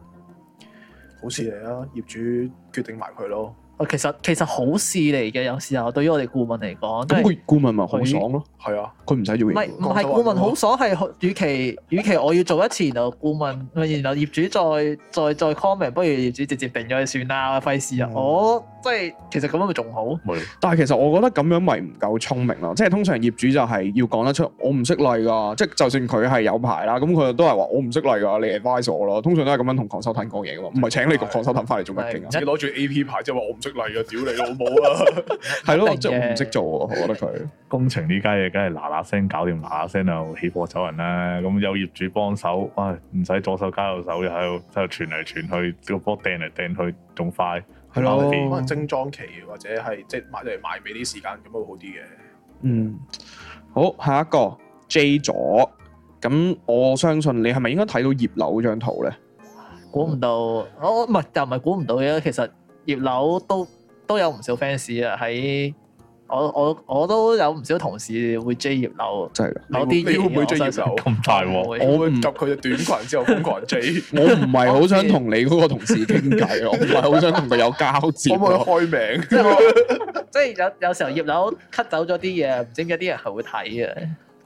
Speaker 2: 好事嚟啊！業主決定埋佢咯，
Speaker 4: 我 其實其實好事嚟嘅，有時候對於我哋顧問嚟講，即
Speaker 1: 咁
Speaker 4: 係
Speaker 1: 佢顧問咪好爽咯，
Speaker 2: 係啊，
Speaker 1: 佢唔使做嘢
Speaker 4: 唔係
Speaker 1: 喎。
Speaker 4: 唔係顧問好爽，係與其與其我要做一次，然後顧問， 然後業主再再再 comment，不如業主直接定咗佢算啦，費事啊！
Speaker 1: 嗯
Speaker 4: 我即係其實咁樣咪仲好。
Speaker 3: 咪
Speaker 1: 但係其實我覺得咁樣咪唔夠聰明咯，即係通常業主就係要講得出，我唔識例㗎，即係就算佢係有牌啦，咁佢都係話我唔識例㗎，你 advise 我咯。通常都係咁樣同抗修騰講嘢㗎嘛，唔係請你個抗修騰翻嚟做乜勁啊？
Speaker 2: 自己攞住 A P 牌之後話我唔識例啊，屌你老母 啊！
Speaker 1: 係咯，
Speaker 4: 一
Speaker 1: 即
Speaker 4: 定嘅
Speaker 1: 係我唔識做喎，我覺得佢。
Speaker 3: 工程呢家嘢，梗係嗱嗱聲搞掂，嗱嗱聲就起貨走人啦。咁有業主幫手，哇，唔使左手交右手，又喺度喺度傳嚟傳去，個波掟嚟掟去，仲快。
Speaker 1: 係咯
Speaker 3: 慳
Speaker 2: 可
Speaker 3: 啲
Speaker 2: 能精裝期或者係即係買嚟賣俾啲時間咁會好啲嘅。
Speaker 1: 嗯，好，下一個 J 咗，咁我相信你係咪應該睇到葉柳張圖咧？
Speaker 4: 估唔到，我唔係又唔係估唔到嘅，其實葉柳都都有唔少 fans 啊！喺我我我都有唔少同事會追葉柳，
Speaker 1: 真係㗎，
Speaker 4: 有
Speaker 2: 你
Speaker 4: 啲
Speaker 2: 會你會唔會追葉柳？
Speaker 3: 咁 大鑊，
Speaker 1: 我
Speaker 2: 會
Speaker 1: 唔
Speaker 2: 及佢嘅短裙之後瘋狂 J，
Speaker 1: 我唔係好想同你嗰個同事傾偈啊，我唔係好想同佢有交接
Speaker 2: 可唔
Speaker 1: 啊。
Speaker 2: 可以開名？
Speaker 4: 即係我即係有有時候葉柳 cut 走咗啲嘢，唔知點解啲人係會睇嘅。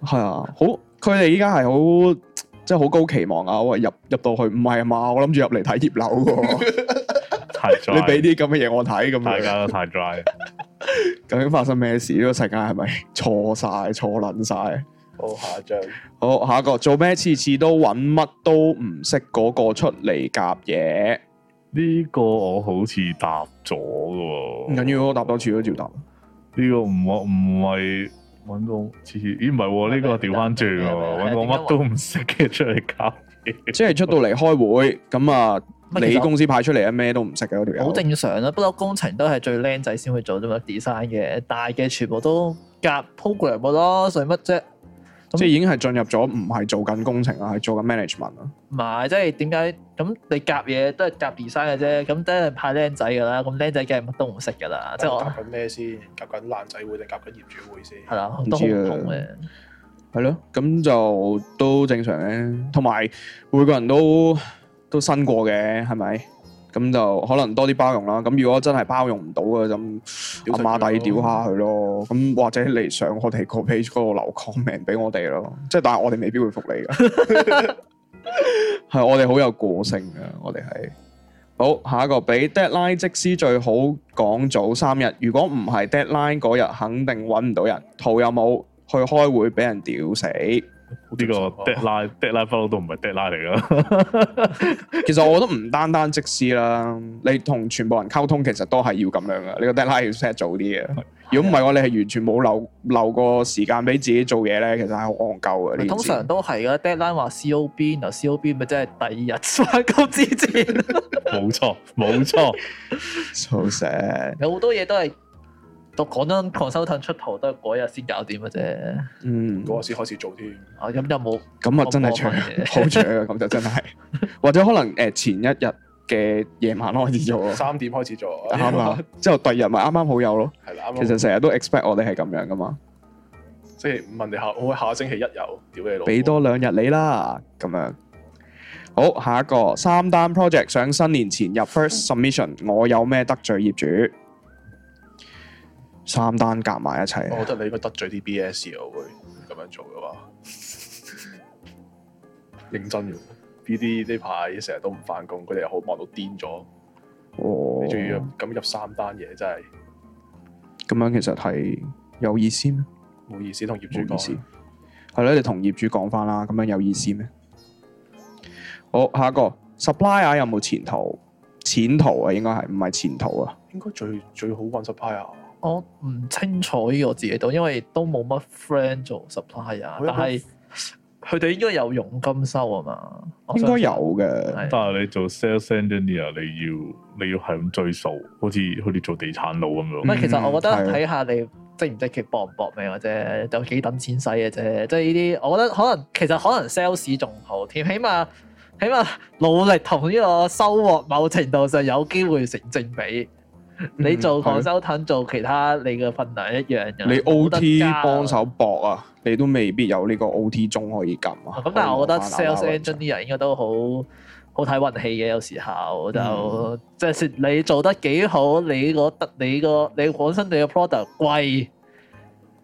Speaker 1: 係啊，好，佢哋依家係好，即係好高期望啊！喂，入入到去唔係啊嘛，我諗住入嚟睇葉柳嘅
Speaker 3: 太
Speaker 1: 喎，
Speaker 3: dry，
Speaker 1: 你俾啲咁嘅嘢我睇咁
Speaker 3: 大
Speaker 1: 樣，
Speaker 3: 家都太 dry。
Speaker 1: 究竟發生咩事？呢個世界係咪錯晒、錯撚晒？
Speaker 2: 好，下一張
Speaker 1: 好，下一個做咩？次次都揾乜都唔識嗰個出嚟夾嘢，
Speaker 3: 呢個我好似答咗嘅喎，
Speaker 1: 唔緊要，我答多次都照答。
Speaker 3: 呢個唔我唔係揾個次次，咦唔係喎？呢個調翻轉喎，揾個乜都唔識嘅出嚟搞。
Speaker 1: 即係出到嚟開會，咁啊，
Speaker 4: 唔係
Speaker 1: 你
Speaker 4: 其實
Speaker 1: 公司派出嚟啊，咩都唔識嘅嗰條友。
Speaker 4: 好正常啊啦，不過工程都係最僆仔先會做啫嘛，design 嘅，大嘅全部都夾 program 嘅咯，使乜啫？咁
Speaker 1: 即係已經係進入咗唔係做緊工程啊啦，係做緊 management 啦。
Speaker 4: 唔係，即係點解咁你夾嘢都係夾 design 嘅啫，咁都係派僆仔㗎啦，咁僆仔梗係乜都唔識㗎
Speaker 1: 啊
Speaker 4: 啦，即係我
Speaker 2: 夾緊咩先？夾緊爛仔會定夾緊業主會先？
Speaker 4: 係啦，
Speaker 1: 唔
Speaker 4: 都好
Speaker 1: 知
Speaker 4: 唔
Speaker 1: 啊
Speaker 4: 同嘅。
Speaker 1: 係咯，咁就都正常嘅。同埋每個人都都新過嘅，係咪？咁就可能多啲包容啦。咁如果真係包容唔到嘅，
Speaker 2: 屌
Speaker 1: 咁
Speaker 2: 佢
Speaker 1: 阿馬底
Speaker 2: 咯
Speaker 1: 屌下佢咯。咁或者你上我哋個 page 嗰度留 comment 俾我哋咯。即係但係我哋未必會覆你嘅。 係我哋好有個性嘅，我哋係。好，下一個俾 deadline 即師最好講早三日，如果唔係 deadline 嗰日，肯定揾唔到人。圖有冇去開會俾人屌死？
Speaker 3: 呢個 deadline deadline 不嬲都唔係 deadline 嚟噶，
Speaker 1: 其實我覺得唔單單即師啦，你同全部人溝通其實都係要咁樣嘅，你個 deadline 要 set 早啲嘅。如果唔係我你係完全冇留留個時間俾自己做嘢咧，其實係好戇鳩嘅。呢件
Speaker 4: 通
Speaker 1: 事
Speaker 4: 常都係㗎，deadline 話 COB，然後 COB 咪即係第二日 翻工之前，
Speaker 3: 冇錯冇錯，
Speaker 1: So sad
Speaker 4: 有好多嘢都係到講真，consultant 出圖都係嗰日先搞掂嘅啫。
Speaker 1: 嗯，
Speaker 2: 嗰個先開始做添。
Speaker 4: 啊，咁又冇
Speaker 1: 咁啊真係長，
Speaker 4: 我幫你
Speaker 1: 好長啊！咁就真係，或者可能誒呃前一日嘅夜晚開始做 咯。
Speaker 2: 三點開始做，
Speaker 1: 哦啱啊！之後第二日咪啱啱好有咯。
Speaker 2: 係啦，啱啊
Speaker 1: 其實成日都 expect 我哋係咁樣噶嘛，
Speaker 2: 星期五問你下，我下個星期一有，屌你老母！
Speaker 1: 俾多兩日你啦，咁樣。好，下一個三單 project 想新年前入 first submission，我有咩得罪業主？三單夾埋一齊，啊
Speaker 2: 我覺得你應該得罪啲 BS 啊，會咁樣做嘅話， 認真嘅。呢啲呢排成日都唔翻工，佢哋又好忙到癲咗，
Speaker 1: 哦
Speaker 2: 你，仲要咁入三單嘢，真係
Speaker 1: 咁樣其實係有意思咩？
Speaker 2: 冇意思同業主
Speaker 1: 冇意思
Speaker 2: 講。。
Speaker 1: 係咯，你同業主講翻啦，咁樣有意思咩？好，下一個 supplier 有冇前途？前途啊，應該係唔係前途啊？
Speaker 2: 應該最最好揾 supplier，啊
Speaker 1: 哦
Speaker 4: 我唔清楚呢個我自己都，因為都冇乜 friend 做 supplier，
Speaker 2: 我有個
Speaker 4: 但係佢哋應該有佣金收啊嘛，我
Speaker 1: 應該有
Speaker 4: 相信。
Speaker 1: 嘅。
Speaker 3: 但
Speaker 4: 係
Speaker 3: 係你做 sales engineer 你要你要係咁追數，好似好似做地產佬咁
Speaker 4: 唔
Speaker 3: 樣。
Speaker 4: 係，其實我覺得
Speaker 1: 嗯係啊
Speaker 4: 睇下你積唔積極搏唔搏命嘅啫，有幾等錢使嘅啫，即係呢啲，我覺得可能其實可能 sales 仲好添，起碼起碼努力同呢個收穫某程度上有機會成正比。你做
Speaker 1: 嗯係咯啊
Speaker 4: consultant 做其他你嘅份量一樣嘅，
Speaker 1: 你
Speaker 4: 冇得
Speaker 1: OT
Speaker 4: 加
Speaker 1: 幫手搏啊，你都未必有呢個 OT 鐘可以撳啊。
Speaker 4: 哦咁但係我覺得
Speaker 1: 可以攞返
Speaker 4: sales
Speaker 1: 打打位
Speaker 4: engineer 應該都好好睇運氣嘅，有時候就、
Speaker 1: 嗯
Speaker 4: 即係你做得幾好，你個得你個你本身你個 product 貴，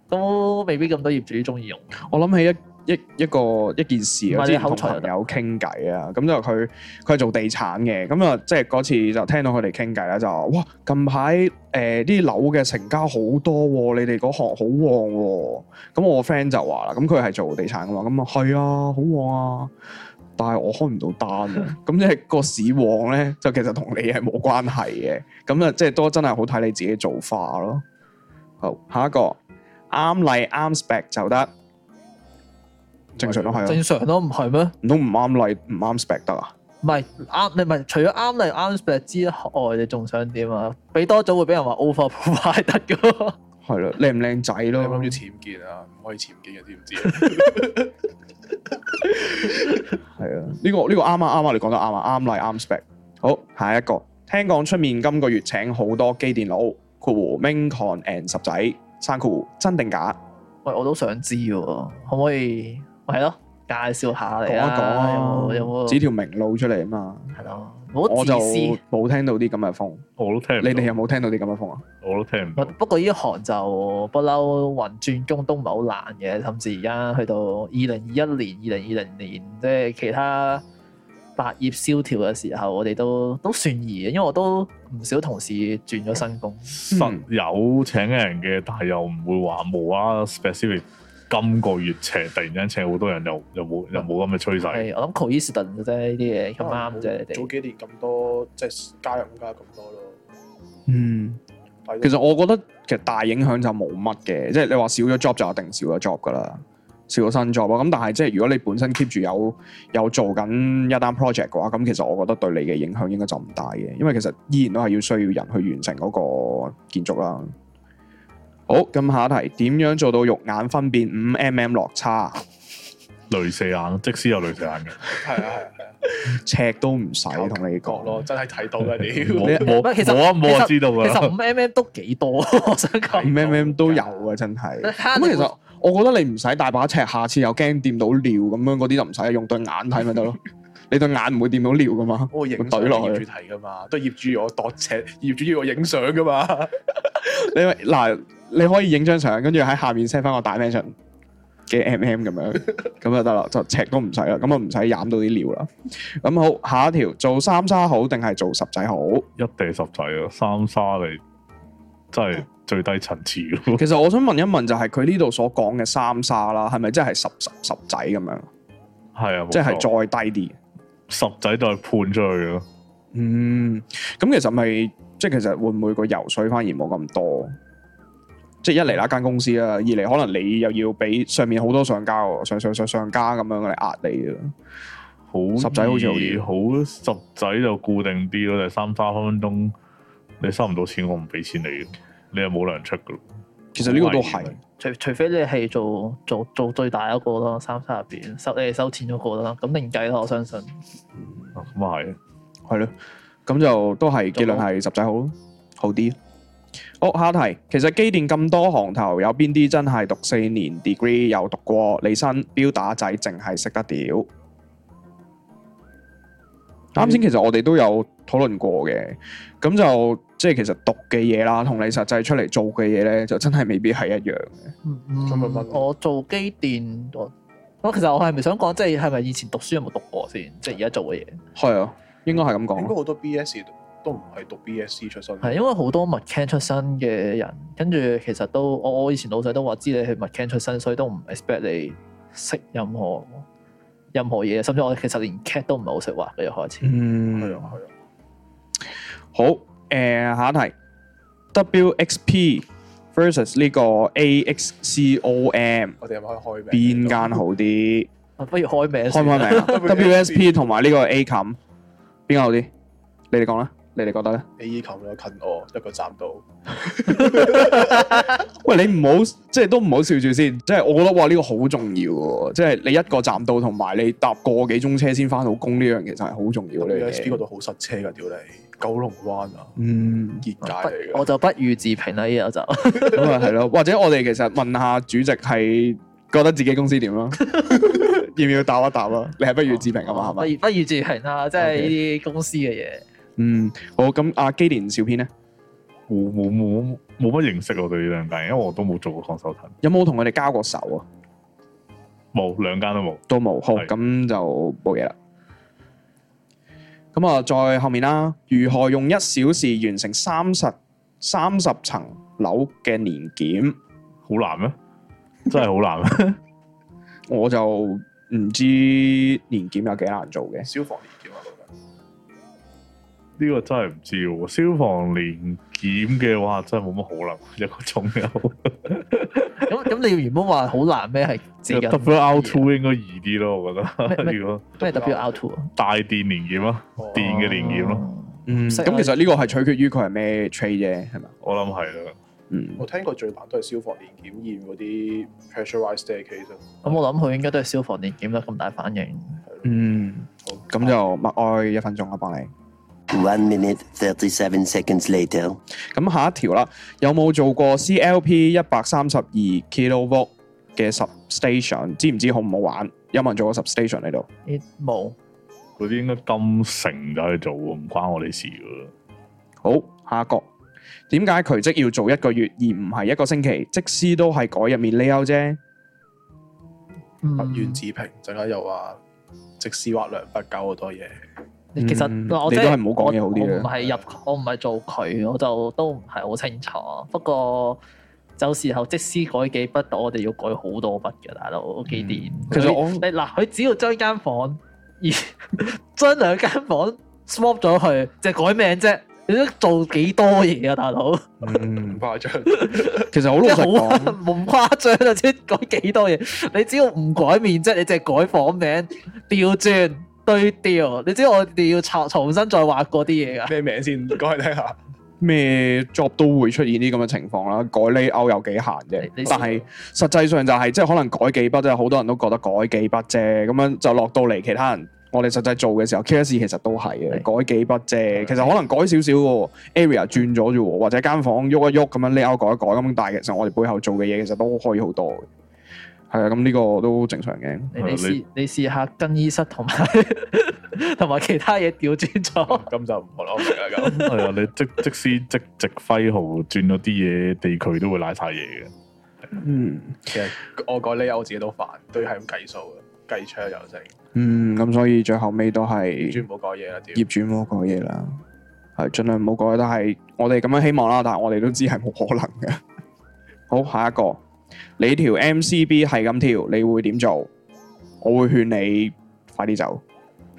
Speaker 4: 都未必咁多業主中意用。
Speaker 1: 我諗起一一一個一件事
Speaker 4: 唔係
Speaker 1: 啊，
Speaker 4: 你
Speaker 1: 之前
Speaker 4: 口
Speaker 1: 同
Speaker 4: 才
Speaker 1: 朋
Speaker 4: 就得
Speaker 1: 友傾偈啊，咁就佢佢係做地產嘅，咁啊即係嗰次就聽到佢哋傾偈啦，就話哇近排誒啲樓嘅成交好多喎、你哋嗰行好旺喎、咁我 friend 就話啦，咁佢係做地產噶嘛，咁啊係啊，好旺啊。但係我開唔到單啊，咁即係個市旺咧，就其實同你係冇關係嘅，咁啊即係都真係好睇你自己做法咯。好，下一個啱例啱 spec 就得，正常都係啊。
Speaker 4: 正常咯，唔係咩？
Speaker 1: 唔通唔啱例唔啱 spec 得啊？
Speaker 4: 唔係啱你咪除咗啱你啱 spec 之外，你仲想點啊？俾多咗會俾人話 over provide 得嘅 喎。
Speaker 1: 係咯，靚唔靚仔
Speaker 2: 你有冇
Speaker 1: 咯
Speaker 2: 諗？住僭建啊？唔可以僭建嘅，知唔知？
Speaker 1: 係啊，呢個呢個啱啊啱啊，你講得啱啊，啱例啱 spec。好，下一個，聽講出面今個月請好多機電佬，括弧 Mincon and 十仔，生括弧真定假？
Speaker 4: 喂，我都想知喎，可唔可以？係咯，介紹下
Speaker 1: 講
Speaker 4: 你
Speaker 1: 一講啊，
Speaker 4: 有冇有冇？
Speaker 1: 指條明路出嚟啊嘛？
Speaker 4: 係咯，唔好
Speaker 1: 我
Speaker 4: 自
Speaker 1: 就
Speaker 4: 私。
Speaker 1: 冇聽到啲咁嘅風，
Speaker 3: 我都聽唔
Speaker 1: 你
Speaker 3: 到，
Speaker 1: 哋有冇聽到啲咁嘅風啊？
Speaker 3: 我都聽唔
Speaker 4: 不
Speaker 3: 到。
Speaker 4: 不過呢行就不嬲運轉工都唔係好難嘅，甚至而家去到二零二一年、二零二零年，即係其他百業蕭條嘅時候，我哋都都算易嘅，因為我都唔少同事轉咗新工。
Speaker 3: 實有請人嘅，但係又唔會話無啦啦 specific 今個月請，突然間請好多人，又又冇又冇咁嘅趨勢。
Speaker 4: 係我諗 coincidence 嘅啫，呢啲嘢咁啱啫，你
Speaker 2: 啊早
Speaker 4: 哋。
Speaker 2: 幾年咁多，即係加入加咁多咯。
Speaker 1: 嗯。
Speaker 2: 但係
Speaker 1: 其實我覺得其實大影響就冇乜嘅，即係你話少咗 job 就一定少咗 job 噶啦，少咗新 job 啊。咁但係即係如果你本身 keep 住有有做緊一單 project 嘅話，咁其實我覺得對你嘅影響應該就唔大嘅，因為其實依然都係要需要人去完成嗰個建築啦。好，咁下一題，點樣做到肉眼分辨五 mm 落差？
Speaker 3: 雷射眼咯，即使有雷射眼嘅，
Speaker 2: 係啊係啊係啊，
Speaker 1: 尺都唔使同你
Speaker 2: 角
Speaker 1: 講
Speaker 2: 咯，真係睇到嘅
Speaker 3: 我
Speaker 2: 屌，
Speaker 3: 我
Speaker 4: 唔係其實
Speaker 3: 我一摸就知道噶
Speaker 4: 其實
Speaker 3: 啦。
Speaker 4: 五 mm 都幾多，我想講。
Speaker 1: 五 mm 都有嘅，真係。
Speaker 4: 你睇下
Speaker 1: 咁
Speaker 4: 你
Speaker 1: 其實我覺得你唔使大把尺，下次又驚掂到尿咁樣嗰啲就唔使，用對眼睇咪得 咯。你對眼唔會掂到尿噶嘛？
Speaker 2: 我會影相
Speaker 1: 懟
Speaker 2: 俾
Speaker 1: 落
Speaker 2: 業
Speaker 1: 去
Speaker 2: 主。睇噶嘛，都係業主要我度尺， 業主要我影相噶嘛，
Speaker 1: 你咪嗱，你可以影張相，跟住喺下面 set 翻個 dimension 嘅 mm 咁 樣，咁就得啦，就尺都唔使啦，咁啊唔使飲到啲尿啦。咁好，下一條做三沙好定係做十仔好？
Speaker 3: 一地十仔啊，三沙嚟真係最低層次 咯。
Speaker 1: 其實我想問一問，就係佢呢度所講嘅三沙啦，係咪真係十十十仔咁樣？
Speaker 3: 係啊，
Speaker 1: 即係
Speaker 3: 冇錯
Speaker 1: 再低啲嘅。
Speaker 3: 十仔就係判出去嘅咯。
Speaker 1: 嗯，咁其實咪即係其實會唔會個游水反而冇咁多？即係一嚟啦間公司啦，二嚟可能你又要俾上面好多上家喎，上上上上家咁樣嚟壓你啦。
Speaker 3: 好
Speaker 1: 十仔好似好
Speaker 3: 易
Speaker 1: 啲
Speaker 3: 好十仔就固定啲咯，就係三沙分分鐘你收唔到錢，我唔俾錢你，你又冇糧出噶咯。
Speaker 1: 其實呢個都係
Speaker 3: 好危險，
Speaker 4: 除除非你係做做做最大嗰個咯，三沙入邊收你係收錢嗰個啦，咁另計啦，我相信。
Speaker 3: 啊咁啊係，
Speaker 1: 係咯。咁就都係結論係十仔好咯，好啲。好，下一題。其實機電咁多行頭，有邊啲真係讀四年 degree 有讀過，你身標打仔淨係識得屌？啱先其實我哋都有討論過嘅，咁就即係其實讀嘅嘢啦，同你實際出嚟做嘅嘢咧，就真係未必係一樣。
Speaker 4: 嗯
Speaker 2: 咁咪問
Speaker 4: 我做機電，我我其實我係咪想講，即係係咪以前讀書有冇讀過先？即係而家做嘅嘢，
Speaker 1: 係啊，應該係咁
Speaker 2: 應該
Speaker 1: 講。
Speaker 2: 好多 BS 都唔係讀 BSC 出身，
Speaker 4: 係因為好多 mechan 出身嘅人，跟住其實都我我以前老細都話知你係 mechan 出身，所以都唔 expect 你識任何任何嘢，甚至我其實連 cat 都唔係好識畫嘅一開始。
Speaker 1: 嗯
Speaker 2: 係啊係啊，
Speaker 1: 好，誒、下一題，WXP versus 呢個 AXCOM
Speaker 2: 我哋係咪可以開名？
Speaker 1: 邊間好 啲？
Speaker 4: 啊不如開名
Speaker 1: 嗯開
Speaker 4: 先
Speaker 1: 唔開名啊
Speaker 2: WXP
Speaker 1: ？WSP 同埋呢個 A 冚邊間好啲？你哋講啦，你哋覺得咧？
Speaker 2: A.E. 琴 E 啦，近我一個站到，
Speaker 1: 喂，你唔好即係都唔好笑住先，即係我覺得哇呢、個好重要喎，即係你一個站到同埋你搭個幾鐘車先翻到工呢樣其實係好重要嘅呢樣
Speaker 2: WSP 嗰
Speaker 1: 嘢。
Speaker 2: 度好塞車㗎，屌你，九龍灣啊，
Speaker 1: 嗯，
Speaker 2: 結界嚟
Speaker 4: 哦不
Speaker 2: 㗎
Speaker 4: 我。就不予置評啦，呢個就。
Speaker 1: 咁啊係咯，或者我哋其實問下主席係覺得自己公司點 咯，要唔要答一答咯？你係 不如自評啊嘛，係
Speaker 4: 哦不
Speaker 1: 咪？
Speaker 4: 如不如自評啦，即係
Speaker 1: OK
Speaker 4: 呢啲公司嘅嘢。
Speaker 1: 嗯，好，咁阿基連小編咧，
Speaker 3: 冇冇冇冇乜認識我對呢兩間，因為我都冇做過抗手藤，
Speaker 1: 有冇同佢哋交過手啊？
Speaker 3: 冇兩間都冇。
Speaker 1: 都冇，好
Speaker 3: 係
Speaker 1: 咁就冇嘢啦。咁啊，再後面啦，如何用一小時完成三十三十層樓嘅年檢？
Speaker 3: 好難咩？真係好難咩？
Speaker 1: 我就唔知年檢有幾難做嘅。
Speaker 2: 消防年檢啊，講緊
Speaker 3: 呢個真係唔知喎。消防年檢嘅話，真係冇乜好啦，一個鐘有。
Speaker 4: 咁咁你原本話好難咩？係接近
Speaker 3: W R two 應該易啲咯，我覺得。
Speaker 4: 咩
Speaker 3: 如果
Speaker 4: 咩 W R two 啊？
Speaker 3: 大電年檢啊咯，
Speaker 2: 哦
Speaker 3: 電嘅年檢咯，
Speaker 4: 哦。
Speaker 1: 嗯，
Speaker 4: 識啊
Speaker 1: 咁其實呢個係取決於佢係咩 trade 啫，係咪？
Speaker 3: 我諗係啦。
Speaker 1: 嗯，
Speaker 2: 我聽過最難都係消防年檢驗嗰啲 pressurized staircase 咯。
Speaker 4: 咁我諗佢應該都係消防年檢啦，咁大反應。
Speaker 1: 嗯，
Speaker 2: 啊
Speaker 1: 咁就默哀一分鐘啦，啊幫你。
Speaker 5: One minute, 37 seconds later.
Speaker 1: 咁下一條啦，有冇做過 CLP 一百三十二 kilovolt 嘅 substation？知唔知好唔好玩？有冇人做過 substation 呢度？
Speaker 4: 咦冇，
Speaker 3: 嗰啲應該金城就去做喎，唔關我哋事噶。
Speaker 1: 好，下一個。點解佢職要做一個月而唔係一個星期？即使都係改入面 layout 啫。
Speaker 2: 不
Speaker 4: 嗯
Speaker 2: 願置評，陣間又話即使畫量不夠好多嘢，
Speaker 4: 其實
Speaker 1: 嗯
Speaker 4: 嗱我
Speaker 1: 你
Speaker 4: 真
Speaker 1: 都係唔好講嘢好啲
Speaker 4: 我
Speaker 1: 啦
Speaker 4: 我唔係入，我唔係做佢，我就都唔係好清楚。不過有時候即使改幾筆，我哋要改好多筆嘅，大佬幾年。
Speaker 1: 其實我
Speaker 4: 你嗱，佢只要將間房而 將兩間房 swap 咗佢，就改名啫。你都做幾多嘢啊，大佬？嗯
Speaker 2: 唔誇張。
Speaker 1: 其 實好老
Speaker 4: 即係
Speaker 1: 實
Speaker 4: 好
Speaker 1: 講，
Speaker 4: 唔誇張啊！即係改幾多嘢？你只要唔改面啫，你淨係改房名、調轉、對調。你知我哋要重重新再畫過啲嘢㗎。
Speaker 2: 咩 名先？講嚟聽下。
Speaker 1: 咩 job 都會出現啲咁嘅情況啦。改 layout 有幾閒啫
Speaker 4: 你，你
Speaker 1: 但係實際上就係、即係可能改幾筆啫，好多人都覺得改幾筆啫，咁樣就落到嚟其他人。我哋實際做嘅時候，QS 其實都係嘅，改幾筆啫。其實可能改少少喎，area 轉咗啫喎，或者間房喐一喐咁樣 layout 改一改咁，但係其實我哋背後做嘅嘢其實都可以好多嘅。係啊，咁呢個都正常嘅。
Speaker 4: 你
Speaker 3: 係
Speaker 4: 你
Speaker 3: 你
Speaker 4: 試你試下更衣室同埋 同埋其他嘢調轉咗，
Speaker 2: 咁就唔好啦，我明啦咁。
Speaker 4: 嗯
Speaker 3: 係啊，你即 即使即直揮毫轉咗啲嘢，地區都會賴晒嘢嘅。
Speaker 1: 嗯
Speaker 2: 其實我改 layout 我自己都煩，都係咁計數嘅，計槍又剩，
Speaker 1: 嗯，咁所以最後尾都係
Speaker 2: 專唔好改嘢啦，屌
Speaker 1: 業！主唔好改嘢啦，係盡量唔好改。但係我哋咁樣希望啦，但係我哋都知係冇可能嘅。 好，下一個，你條 MCB 係咁跳，你會點做？我會勸你快啲走，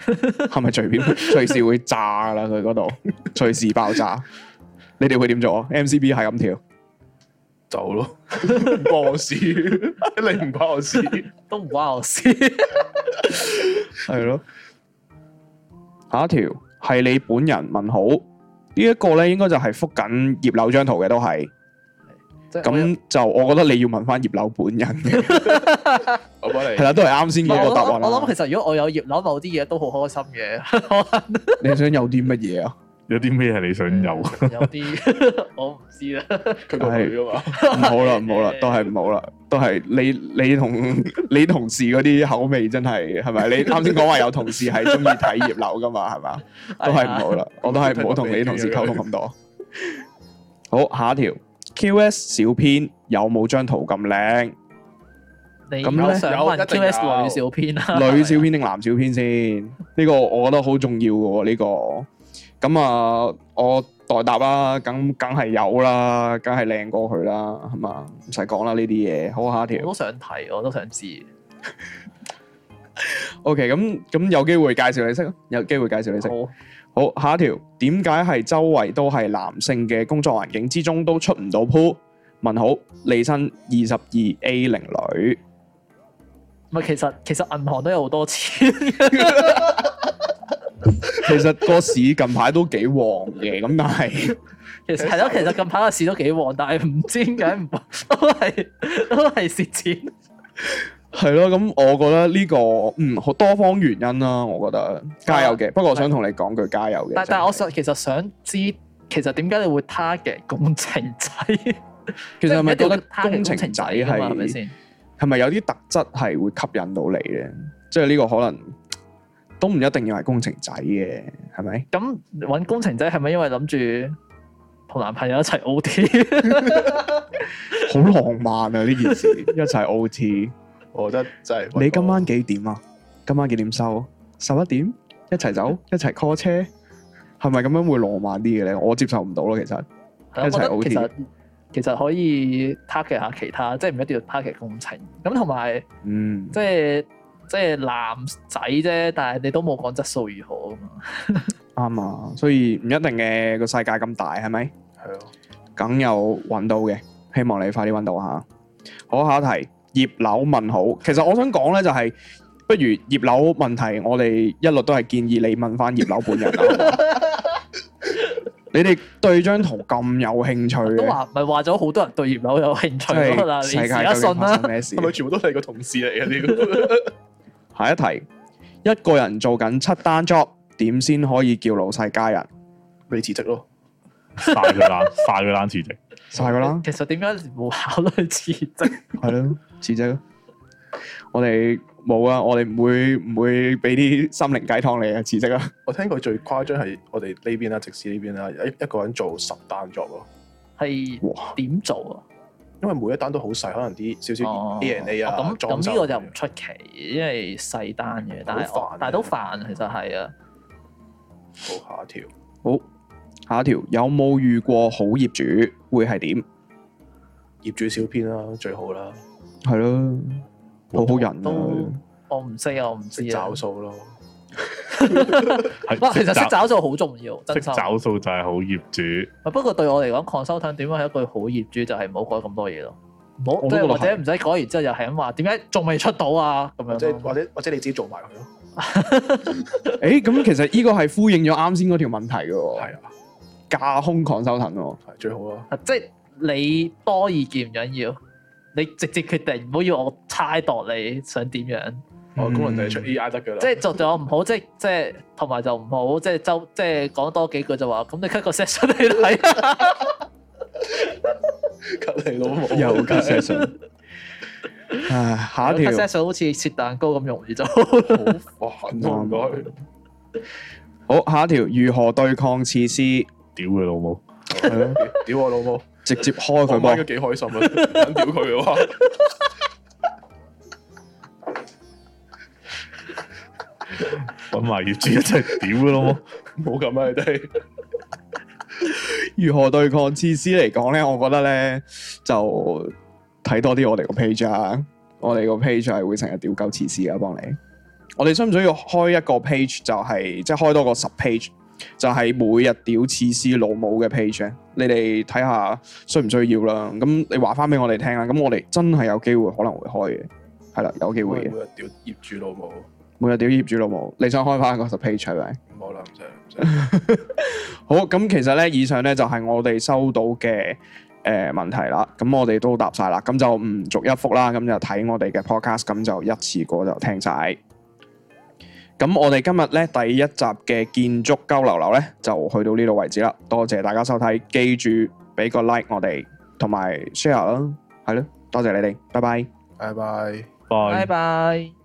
Speaker 1: 係咪隨便隨時會炸啦？佢嗰度隨時爆炸，你哋會點做啊？MCB 係咁跳，
Speaker 2: 走咯，唔關我事， 你唔關我事，
Speaker 4: 都唔關我 事。
Speaker 1: 係咯。下一條係你本人問好，呢、一個咧應該就係覆緊葉柳張圖嘅，都係。
Speaker 4: 即係我有
Speaker 1: 咁就我覺得你要問翻葉柳本人 嘅，
Speaker 2: 我幫你
Speaker 1: 係。啦，都係啱先
Speaker 4: 我
Speaker 1: 嘅一個答案啊
Speaker 4: 諗我諗
Speaker 1: 啦。
Speaker 4: 其實如果我有葉樓某啲嘢都好開心嘅，
Speaker 1: 你想有啲乜嘢啊？
Speaker 3: 有啲咩係你想有？
Speaker 4: 有啲 我唔知啦。
Speaker 2: 佢個女啊嘛，
Speaker 1: 唔好啦，唔好 啦，都係唔好啦，都係你你同 你同事嗰啲口味真係係咪？ 你啱先講話有同事係中意睇葉柳噶嘛，係嘛？
Speaker 4: 啊
Speaker 1: 都係唔好啦，我都係唔好同你同事溝通咁多。
Speaker 4: 啊
Speaker 1: 好，下一條 QS 小編有冇張圖咁靚？
Speaker 4: 哎你
Speaker 1: 咁咧
Speaker 4: 想
Speaker 2: 有
Speaker 4: 問
Speaker 2: 一定有
Speaker 4: QS 女小編啊啦，
Speaker 1: 女小編定男小編先？呢個我覺得好重要嘅喎，呢個咁啊，我代答啦，咁梗係有啦，梗係靚過佢啦，係嘛？唔使講啦，呢啲嘢。好，下一
Speaker 4: 我
Speaker 1: 條
Speaker 4: 都。想睇，我都想知。
Speaker 1: OK，咁咁有機會介紹你識，啊有機會介紹你識。
Speaker 4: 好
Speaker 1: 好，下一條，點解係周圍都係男性嘅工作環境之中都出唔到鋪？問好，利申二十二 A 零女。
Speaker 4: 唔係，其實其實銀行都有好多錢，
Speaker 1: 其實個市近排都幾旺嘅，咁但係。
Speaker 4: 其實係咯，其實近排個市都幾旺，但係唔知點解唔 都係都係蝕錢。
Speaker 1: 係咯，咁我覺得呢、個嗯好多方原因啦，我覺得加油嘅。不過我想同你講句加油嘅。
Speaker 4: 哦但但係我
Speaker 1: 真係
Speaker 4: 想其實想知，其實點解你會 target 工程仔？
Speaker 1: 其實係咪
Speaker 4: 即
Speaker 1: 覺
Speaker 4: 係一定要
Speaker 1: 得
Speaker 4: target
Speaker 1: 工程仔
Speaker 4: 㗎嘛係咪
Speaker 1: 係
Speaker 4: 先？
Speaker 1: 係咪有啲特質係會吸引到你咧？即係呢個可能都唔一定要係工程仔嘅，係 咪？
Speaker 4: 咁揾工程仔係咪因為諗住同男朋友一齊 O T？
Speaker 1: 好浪漫啊！呢件事一齊 O T，
Speaker 2: 我覺得真係。
Speaker 1: 你今晚幾點啊？今晚幾點收？十一點一齊走，一齊 call 車，係咪咁樣會浪漫啲嘅咧？我接受唔到咯，其實。
Speaker 4: 係我覺
Speaker 1: 一齊
Speaker 4: 得其
Speaker 1: OT
Speaker 4: 實其實可以 target 下其他，即係唔一定要 target 工程。咁同埋
Speaker 1: 嗯，
Speaker 4: 即係即係男仔啫，但係你都冇講質素如何啊嘛。
Speaker 1: 啱啊，所以唔一定嘅個世界咁大，係咪？
Speaker 2: 係咯，
Speaker 1: 梗有揾到嘅，希望你快啲揾到下。好，下一題，葉柳問好。其實我想講呢，就係、不如葉柳問題，我哋一律都係建議你問翻 葉柳本人啦。好唔好你哋對張圖咁有興趣
Speaker 4: 都
Speaker 1: 嘅，
Speaker 4: 話咪話咗好多人對葉柳有興趣
Speaker 1: 即係
Speaker 4: 咯嗱，
Speaker 1: 世
Speaker 4: 你
Speaker 1: 界
Speaker 4: 而家
Speaker 1: 究
Speaker 4: 信
Speaker 1: 竟發
Speaker 4: 啦
Speaker 1: 生。咩 事
Speaker 2: 係？咪全部都係你個同事嚟嘅？屌，
Speaker 1: 下一題，一個人做緊七單 job，點先可以叫老細加人？
Speaker 2: 你辭職咯，
Speaker 3: 晒
Speaker 4: 啊
Speaker 3: 佢冷， 晒佢冷辭職。
Speaker 1: 晒佢啦！
Speaker 4: 其實點解冇考慮辭職？
Speaker 1: 系咯，辭職咯。我哋冇啊，我哋唔會唔會俾啲心靈雞湯你啊，辭職啊。
Speaker 2: 我聽過最誇張係我哋呢邊啦，直市呢邊啦，一一個人做十單 job 咯，
Speaker 1: 哇
Speaker 4: 係點做啊？
Speaker 2: 因為每一單都好細，可能啲少
Speaker 4: 哦
Speaker 2: 少 A N A 啊，
Speaker 4: 咁
Speaker 2: 裝
Speaker 4: 咁
Speaker 2: 修
Speaker 4: 呢個就唔出奇，因為細單嘅，但
Speaker 2: 好
Speaker 4: 係
Speaker 2: 煩
Speaker 4: 我但係都煩，其實係啊。
Speaker 2: 好下一條，
Speaker 1: 好，下一條有冇遇過好業主會係點？
Speaker 2: 業主小編啦，最好啦，
Speaker 1: 係咯，好好人啊
Speaker 4: 都，我唔識啊，我唔知
Speaker 2: 識
Speaker 4: 啊
Speaker 2: 找。數咯，
Speaker 3: 係
Speaker 4: 哇，其實識
Speaker 3: 找
Speaker 4: 找數好重要，
Speaker 3: 識
Speaker 4: 真心。
Speaker 3: 找數就係好業主。
Speaker 4: 啊不過對我嚟講，consultant 點樣係一句好業主，就係唔好改咁多嘢咯。唔好
Speaker 1: 我都
Speaker 4: 即
Speaker 1: 覺
Speaker 4: 係
Speaker 1: 得
Speaker 4: 或者
Speaker 1: 係
Speaker 4: 唔使改完之後又係咁話，點解仲未出到啊？咁
Speaker 2: 或者
Speaker 4: 樣
Speaker 2: 或
Speaker 4: 咯。
Speaker 2: 者或者你自己做埋佢咯，
Speaker 1: 誒，咁其實呢個係呼應咗啱先嗰條問題嘅喎。
Speaker 2: 係啊，
Speaker 1: 架空 consultant 喎。
Speaker 2: 係最好啊！
Speaker 4: 啊即係你多意見唔緊要，你直接決定，唔好要我猜度你想點 樣。
Speaker 1: 嗯
Speaker 2: 我功哦能就係出 AI 得㗎啦。
Speaker 4: 即係做咗唔好，即係即係同埋就唔好，即係周即係講多幾句就話，咁你 cut 個 set 出嚟睇。
Speaker 2: 係你老母
Speaker 1: 又 cut session。唉，下一條
Speaker 4: cut set 好似切蛋糕咁容易就。
Speaker 2: 好煩啊！唔該，
Speaker 1: 好，下一條如何對抗廁師？
Speaker 3: 屌佢老母！
Speaker 2: 屌我老母！
Speaker 1: 直接開
Speaker 2: 我
Speaker 1: 佢
Speaker 2: 媽
Speaker 1: 波
Speaker 2: 都。幾開心啊！想屌 佢嘅話，
Speaker 3: 搵埋業主一齊屌佢老母！
Speaker 2: 唔好咁啊！你哋
Speaker 1: 如何對抗廁師嚟講咧，我覺得咧就睇多啲我哋個 page 啊，我哋個 page 係會成日屌鳩廁師噶，啊幫你。我哋需唔需要開一個 page 就係、即係開多個十 page，就係每日屌廁師老母嘅 page 咧？你哋睇下需唔需要啦。咁你話翻俾我哋聽啦。咁我哋真係有機會可能會開嘅，係啦，有機
Speaker 2: 每
Speaker 1: 會嘅。
Speaker 2: 日屌業主老母，
Speaker 1: 每日屌業主老母，你想開翻個十 page 係咪？
Speaker 2: 唔好啦，唔使啦唔使啦。
Speaker 1: 好，咁其實咧，以上咧就係、我哋收到嘅誒、呃、問題啦。咁我哋都答晒啦，咁就唔逐一覆啦。咁就睇我哋嘅 podcast，咁就一次過就聽晒。咁我哋今日咧第一集嘅建築交流流咧就去到呢度為止啦。多謝大家收睇，記住俾個 like 我哋，同埋 share 啦，係咯，多謝你哋，拜拜。
Speaker 2: 拜拜。
Speaker 3: 拜
Speaker 4: 拜。拜。